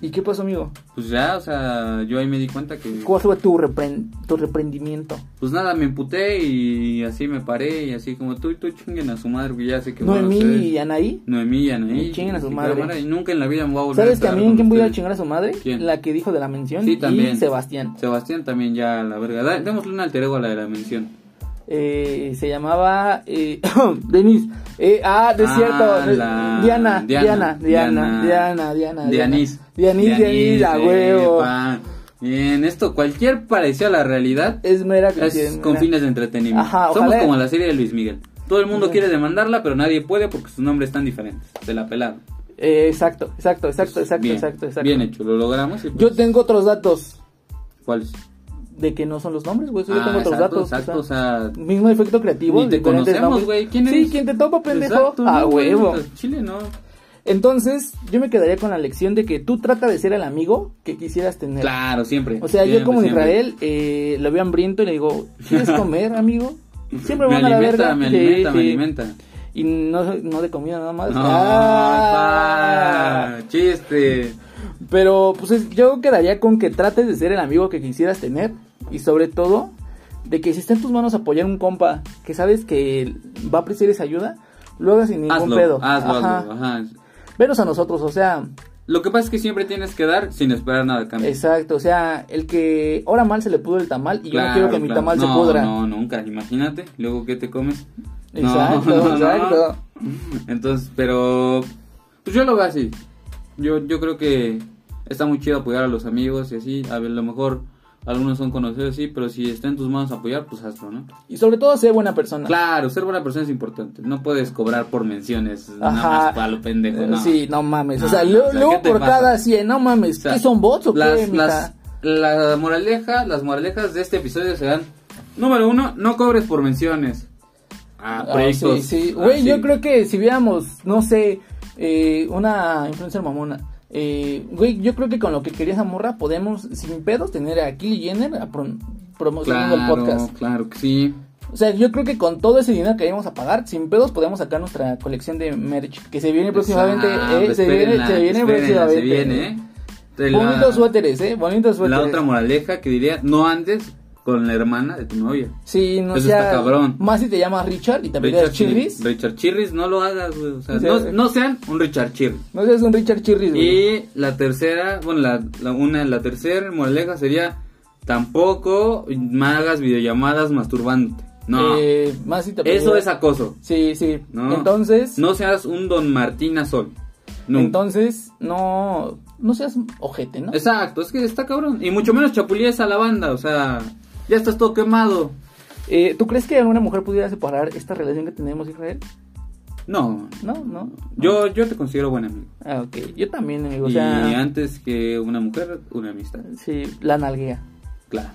Speaker 2: ¿Y qué pasó, amigo?
Speaker 3: Pues ya, o sea, yo ahí me di cuenta que.
Speaker 2: ¿Cuál fue tu, repren- tu reprendimiento?
Speaker 3: Pues nada, me emputé y así me paré y así como tú y tú chinguen a su madre, que ya sé que bueno,
Speaker 2: Noemí
Speaker 3: ustedes-
Speaker 2: y Anaí.
Speaker 3: Noemí y Anaí.
Speaker 2: Y chinguen a su
Speaker 3: y
Speaker 2: madre.
Speaker 3: Tamara, Y nunca en la vida me voy a volver
Speaker 2: ¿Sabes que a
Speaker 3: estar
Speaker 2: mí en
Speaker 3: con
Speaker 2: quién voy a
Speaker 3: ustedes.
Speaker 2: chingar a su madre?
Speaker 3: ¿Quién?
Speaker 2: La que dijo de la mención.
Speaker 3: Sí, también.
Speaker 2: Y Sebastián.
Speaker 3: Sebastián también ya, la verga. Da- démosle un alter ego a la de la mención.
Speaker 2: Eh, se llamaba eh, Denis. Eh, ah, de
Speaker 3: Ah,
Speaker 2: cierto. Eh,
Speaker 3: la-
Speaker 2: Diana, Diana, Diana,
Speaker 3: Diana,
Speaker 2: Diana, Diana, Diana.
Speaker 3: Dianís.
Speaker 2: Dianís, Dianís, a
Speaker 3: eh,
Speaker 2: huevo.
Speaker 3: pa. Bien, esto, cualquier parecido a la realidad
Speaker 2: Es mera
Speaker 3: es
Speaker 2: coincidencia.
Speaker 3: con fines de entretenimiento.
Speaker 2: Ajá,
Speaker 3: Somos
Speaker 2: ojalá-
Speaker 3: como la serie de Luis Miguel. Todo el mundo
Speaker 2: Sí.
Speaker 3: quiere demandarla, pero nadie puede porque sus nombres están diferentes. Se la pelaron.
Speaker 2: Eh, exacto, exacto, exacto,
Speaker 3: Pues,
Speaker 2: exacto,
Speaker 3: bien,
Speaker 2: exacto, exacto.
Speaker 3: Bien hecho, lo logramos. y
Speaker 2: Yo
Speaker 3: pues,
Speaker 2: tengo otros datos
Speaker 3: ¿Cuáles?
Speaker 2: de que no son los nombres, güey. Yo
Speaker 3: Ah,
Speaker 2: tengo otros
Speaker 3: exacto,
Speaker 2: datos.
Speaker 3: exacto,
Speaker 2: o
Speaker 3: o
Speaker 2: sea,
Speaker 3: sea,
Speaker 2: mismo efecto creativo.
Speaker 3: Ni te
Speaker 2: diferentes
Speaker 3: conocemos,
Speaker 2: nombres.
Speaker 3: güey, ¿quién
Speaker 2: Sí,
Speaker 3: eres? Pues,
Speaker 2: ¿quién te topa, pendejo?
Speaker 3: Exacto,
Speaker 2: a
Speaker 3: no, güey, pues.
Speaker 2: huevo. Eh.
Speaker 3: o sea, Chile no.
Speaker 2: Entonces, yo me quedaría con la lección de que tú trata de ser el amigo que quisieras tener.
Speaker 3: Claro, siempre.
Speaker 2: O sea, yo
Speaker 3: siempre,
Speaker 2: como
Speaker 3: siempre.
Speaker 2: Israel eh, lo veo hambriento y le digo, ¿quieres comer, amigo? Siempre
Speaker 3: Me
Speaker 2: van a la
Speaker 3: alimenta,
Speaker 2: verga.
Speaker 3: me
Speaker 2: Sí,
Speaker 3: alimenta, me
Speaker 2: sí.
Speaker 3: alimenta.
Speaker 2: Y no, no de comida nada más.
Speaker 3: No,
Speaker 2: Ah.
Speaker 3: pa, este, chiste.
Speaker 2: Pero pues es- yo quedaría con que trates de ser el amigo que quisieras tener y sobre todo de que si está en tus manos apoyar un compa que sabes que va a apreciar esa ayuda, lo hagas sin ningún
Speaker 3: hazlo,
Speaker 2: pedo.
Speaker 3: hazlo,
Speaker 2: Ajá.
Speaker 3: hazlo, ajá.
Speaker 2: Venos a nosotros, o sea,
Speaker 3: Lo que pasa es que siempre tienes que dar sin esperar nada a cambio.
Speaker 2: exacto, o sea, el que ahora mal se le pudo el tamal y yo no
Speaker 3: Claro,
Speaker 2: quiero que mi
Speaker 3: claro.
Speaker 2: tamal se
Speaker 3: No,
Speaker 2: pudra.
Speaker 3: No, nunca, imagínate, luego qué te comes. No,
Speaker 2: Exacto,
Speaker 3: no, no.
Speaker 2: exacto.
Speaker 3: Entonces, pero pues yo lo veo así. Yo yo creo que está muy chido apoyar a los amigos y así, a ver, a lo mejor algunos son conocidos sí, pero si está en tus manos apoyar, pues hazlo, ¿no?
Speaker 2: Y sobre todo sé buena persona.
Speaker 3: Claro, ser buena persona es importante. No puedes cobrar por menciones,
Speaker 2: Ajá. Eh,
Speaker 3: nada más para lo pendejo, no.
Speaker 2: Sí, no mames. o
Speaker 3: No,
Speaker 2: sea,
Speaker 3: no,
Speaker 2: luego
Speaker 3: o sea,
Speaker 2: luego
Speaker 3: ¿qué te
Speaker 2: por
Speaker 3: pasa?
Speaker 2: cada 100, no mames.
Speaker 3: O sea,
Speaker 2: ¿Qué son bots o
Speaker 3: las,
Speaker 2: qué, mija?
Speaker 3: las, la moraleja, las moralejas de este episodio serán Número uno, no cobres por menciones Ah,
Speaker 2: Ah,
Speaker 3: proyectos
Speaker 2: sí, sí. Güey, yo creo que si viéramos, no sé, eh, una influencer mamona. eh, güey, yo creo que con lo que quería esa morra podemos, sin pedos, tener a Kylie Jenner a prom- promocionando
Speaker 3: Claro,
Speaker 2: el podcast.
Speaker 3: claro que sí
Speaker 2: O sea, yo creo que con todo ese dinero que íbamos a pagar, sin pedos podemos sacar nuestra colección de merch. Que se viene próximamente.
Speaker 3: Exacto,
Speaker 2: eh, se viene,
Speaker 3: espérenla,
Speaker 2: se viene
Speaker 3: espérenla,
Speaker 2: próximamente.
Speaker 3: Ah, se viene, ¿eh? De la-
Speaker 2: Bonitos suéteres, eh. Bonitos
Speaker 3: La
Speaker 2: suéteres.
Speaker 3: otra moraleja que diría, no andes con la hermana de tu novia
Speaker 2: Sí, no
Speaker 3: Eso
Speaker 2: sea,
Speaker 3: está cabrón.
Speaker 2: Más si te llamas Richard y también eres Chirris.
Speaker 3: Richard Chirris, no lo hagas, güey o sea,
Speaker 2: Sí.
Speaker 3: no, no sean un Richard Chirris
Speaker 2: No seas un Richard Chirris, güey.
Speaker 3: Y la tercera, bueno, la, la- una, la tercera moraleja sería tampoco hagas videollamadas masturbándote. No,
Speaker 2: Eh, más si te
Speaker 3: eso
Speaker 2: apellidas-
Speaker 3: es acoso.
Speaker 2: Sí, sí.
Speaker 3: No.
Speaker 2: Entonces,
Speaker 3: No seas un Don Martín Azol. No.
Speaker 2: entonces, no, no seas ojete, ¿no?
Speaker 3: Exacto, es que está cabrón. Y mucho menos chapulíes a la banda, o sea, ya estás todo quemado.
Speaker 2: Eh, ¿Tú crees que alguna mujer pudiera separar esta relación que tenemos, Israel?
Speaker 3: No,
Speaker 2: No, no.
Speaker 3: yo, yo te considero buen amigo.
Speaker 2: Ah, ok. Yo también, amigo. O
Speaker 3: y
Speaker 2: sea,
Speaker 3: antes que una mujer, una amistad.
Speaker 2: sí, la nalguea.
Speaker 3: Claro.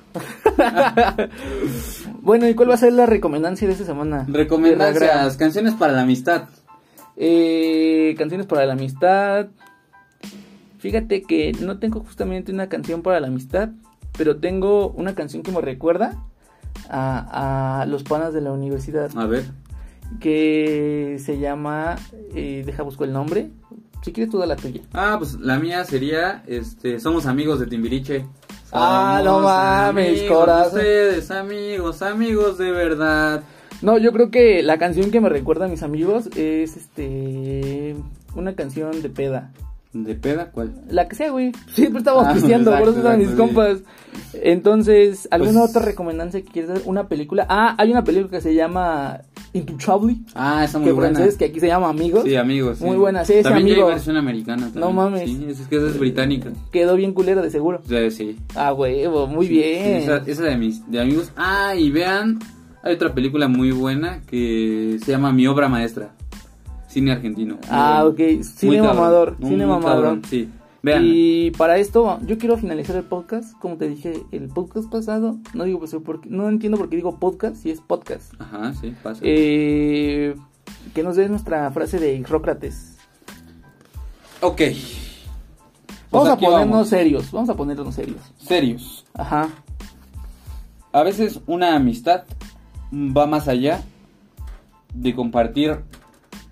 Speaker 2: Bueno, ¿y cuál va a ser la recomendancia de esta semana? Irra Gra-
Speaker 3: Recomendancias, canciones para la amistad.
Speaker 2: Eh, canciones para la amistad. Fíjate que no tengo justamente una canción para la amistad, pero tengo una canción que me recuerda a, a los panas de la universidad.
Speaker 3: A ver,
Speaker 2: que se llama, eh, deja busco el nombre, si quieres tú da la tuya.
Speaker 3: Ah, pues la mía sería, este, somos amigos de Timbiriche.
Speaker 2: Ah,
Speaker 3: Somos
Speaker 2: no mames,
Speaker 3: amigos
Speaker 2: corazón.
Speaker 3: de Ustedes, amigos, amigos de verdad.
Speaker 2: No, yo creo que la canción que me recuerda a mis amigos es este una canción de peda.
Speaker 3: ¿De peda cuál?
Speaker 2: La que sea, güey. Siempre estamos
Speaker 3: Ah,
Speaker 2: pisteando, por eso
Speaker 3: exacto,
Speaker 2: están mis compas.
Speaker 3: exacto,
Speaker 2: Entonces, ¿alguna
Speaker 3: Pues-
Speaker 2: otra recomendancia que quieras dar? Una película. Ah, hay una película que se llama Intouchable.
Speaker 3: Ah, está muy
Speaker 2: que
Speaker 3: buena.
Speaker 2: francés, que aquí se llama Amigos.
Speaker 3: Sí, amigos. sí.
Speaker 2: Muy buena, sí, ese
Speaker 3: También ya
Speaker 2: amigo.
Speaker 3: hay versión americana. también.
Speaker 2: No mames.
Speaker 3: Sí, es que esa es británica.
Speaker 2: Quedó bien culero de seguro.
Speaker 3: Sí, sí.
Speaker 2: Ah, huevo, muy
Speaker 3: Sí,
Speaker 2: bien.
Speaker 3: esa, esa de mis de amigos. Ah, y vean, hay otra película muy buena que se llama Mi obra maestra. Cine argentino. Muy
Speaker 2: Ah,
Speaker 3: bueno.
Speaker 2: ok. Cine
Speaker 3: Muy cabrón.
Speaker 2: mamador,
Speaker 3: Muy
Speaker 2: cine
Speaker 3: cabrón,
Speaker 2: mamador.
Speaker 3: Sí. Vean.
Speaker 2: Y para esto, yo quiero finalizar el podcast. Como te dije, el podcast pasado, no digo pues, por qué- no entiendo por qué digo podcast si es podcast.
Speaker 3: Ajá, sí, pasa.
Speaker 2: Eh, que nos des nuestra frase de Hipócrates.
Speaker 3: ok.
Speaker 2: Vamos a
Speaker 3: Pues aquí
Speaker 2: ponernos
Speaker 3: vamos.
Speaker 2: serios, vamos a ponernos serios.
Speaker 3: Serios.
Speaker 2: Ajá.
Speaker 3: A veces una amistad va más allá de compartir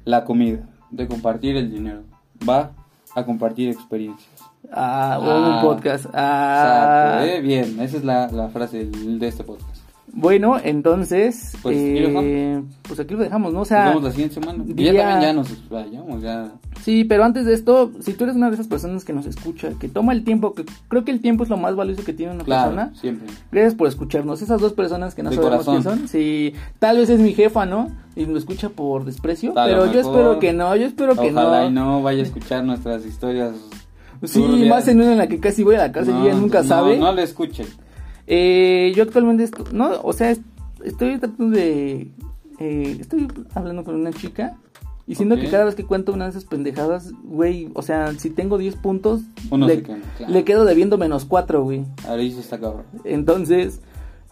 Speaker 3: la comida, de compartir el dinero. Va a compartir experiencias.
Speaker 2: Ah,
Speaker 3: Ah.
Speaker 2: un podcast. Ah.
Speaker 3: Exacto, eh, bien, esa es la, la frase del- de este podcast.
Speaker 2: Bueno, entonces,
Speaker 3: Pues, ¿y lo
Speaker 2: eh, pues aquí lo dejamos, ¿no? O
Speaker 3: Nos
Speaker 2: sea,
Speaker 3: vemos la siguiente semana. Y
Speaker 2: día-
Speaker 3: ya también ya nos explayamos, ya.
Speaker 2: sí, pero antes de esto, si tú eres una de esas personas que nos escucha, que toma el tiempo, que creo que el tiempo es lo más valioso que tiene una
Speaker 3: Claro,
Speaker 2: persona.
Speaker 3: siempre.
Speaker 2: Gracias por escucharnos. Esas dos personas que no
Speaker 3: De
Speaker 2: sabemos
Speaker 3: corazón.
Speaker 2: quién son. Sí, tal vez es mi jefa, ¿no? Y lo escucha por desprecio.
Speaker 3: A lo
Speaker 2: pero yo
Speaker 3: mejor.
Speaker 2: espero que no, yo espero que
Speaker 3: Ojalá
Speaker 2: no.
Speaker 3: y no vaya a escuchar nuestras historias.
Speaker 2: Sí,
Speaker 3: turbias.
Speaker 2: más en una en la que casi voy a la cárcel y ella nunca
Speaker 3: no,
Speaker 2: sabe.
Speaker 3: No lo escuchen.
Speaker 2: Eh, yo actualmente, estu- no, o sea, est- estoy tratando de... eh, estoy hablando con una chica y siento
Speaker 3: Ok.
Speaker 2: que cada vez que cuento una de esas pendejadas, güey, o sea, si tengo 10 puntos,
Speaker 3: Uno
Speaker 2: le,
Speaker 3: se quema, claro.
Speaker 2: le quedo debiendo menos 4, güey.
Speaker 3: Ahora sí está cabrón.
Speaker 2: Entonces,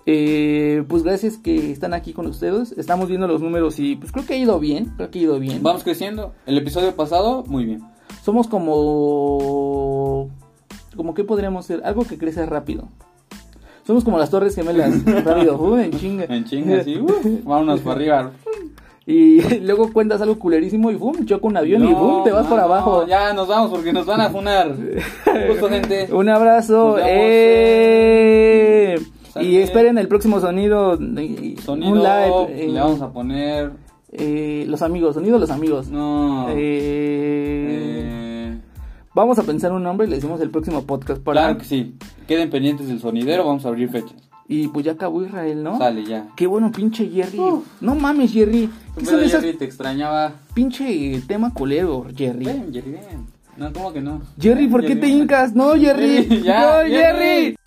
Speaker 2: eh, pues gracias que están aquí con ustedes. Estamos viendo los números y pues creo que ha ido bien, creo que ha ido bien.
Speaker 3: Vamos creciendo. El episodio pasado, muy bien.
Speaker 2: Somos como... Como que podríamos ser algo que crece rápido. Somos como las torres gemelas, rápido, uh, en chinga.
Speaker 3: En chingas y uh, vámonos para arriba.
Speaker 2: Y luego cuentas algo culerísimo y boom, choca un avión y
Speaker 3: No,
Speaker 2: boom, te vas
Speaker 3: no,
Speaker 2: para abajo.
Speaker 3: no, ya nos vamos porque nos van a funar. Justo, gente.
Speaker 2: Un abrazo.
Speaker 3: Nos vemos,
Speaker 2: ¡eh! Y
Speaker 3: Sale.
Speaker 2: esperen el próximo sonido. eh,
Speaker 3: Sonido.
Speaker 2: Un live. eh,
Speaker 3: Le vamos a poner.
Speaker 2: eh, los amigos, sonido los amigos.
Speaker 3: No.
Speaker 2: Eh,
Speaker 3: eh,
Speaker 2: Vamos a pensar un nombre y le decimos el próximo podcast para.
Speaker 3: Claro que sí. Queden pendientes del sonidero. Vamos a abrir fechas.
Speaker 2: Y pues ya acabó Israel, ¿no?
Speaker 3: Sale ya.
Speaker 2: Qué bueno, pinche Jerry. No mames, Jerry. ¿Qué son
Speaker 3: Pero
Speaker 2: esas
Speaker 3: Jerry te extrañaba.
Speaker 2: pinche tema culero, Jerry?
Speaker 3: Ven, Jerry, ven. No, ¿cómo que no?
Speaker 2: Jerry,
Speaker 3: Ven,
Speaker 2: ¿por qué te
Speaker 3: ven.
Speaker 2: hincas? No, Jerry.
Speaker 3: Jerry, ya,
Speaker 2: no,
Speaker 3: Jerry.
Speaker 2: Jerry.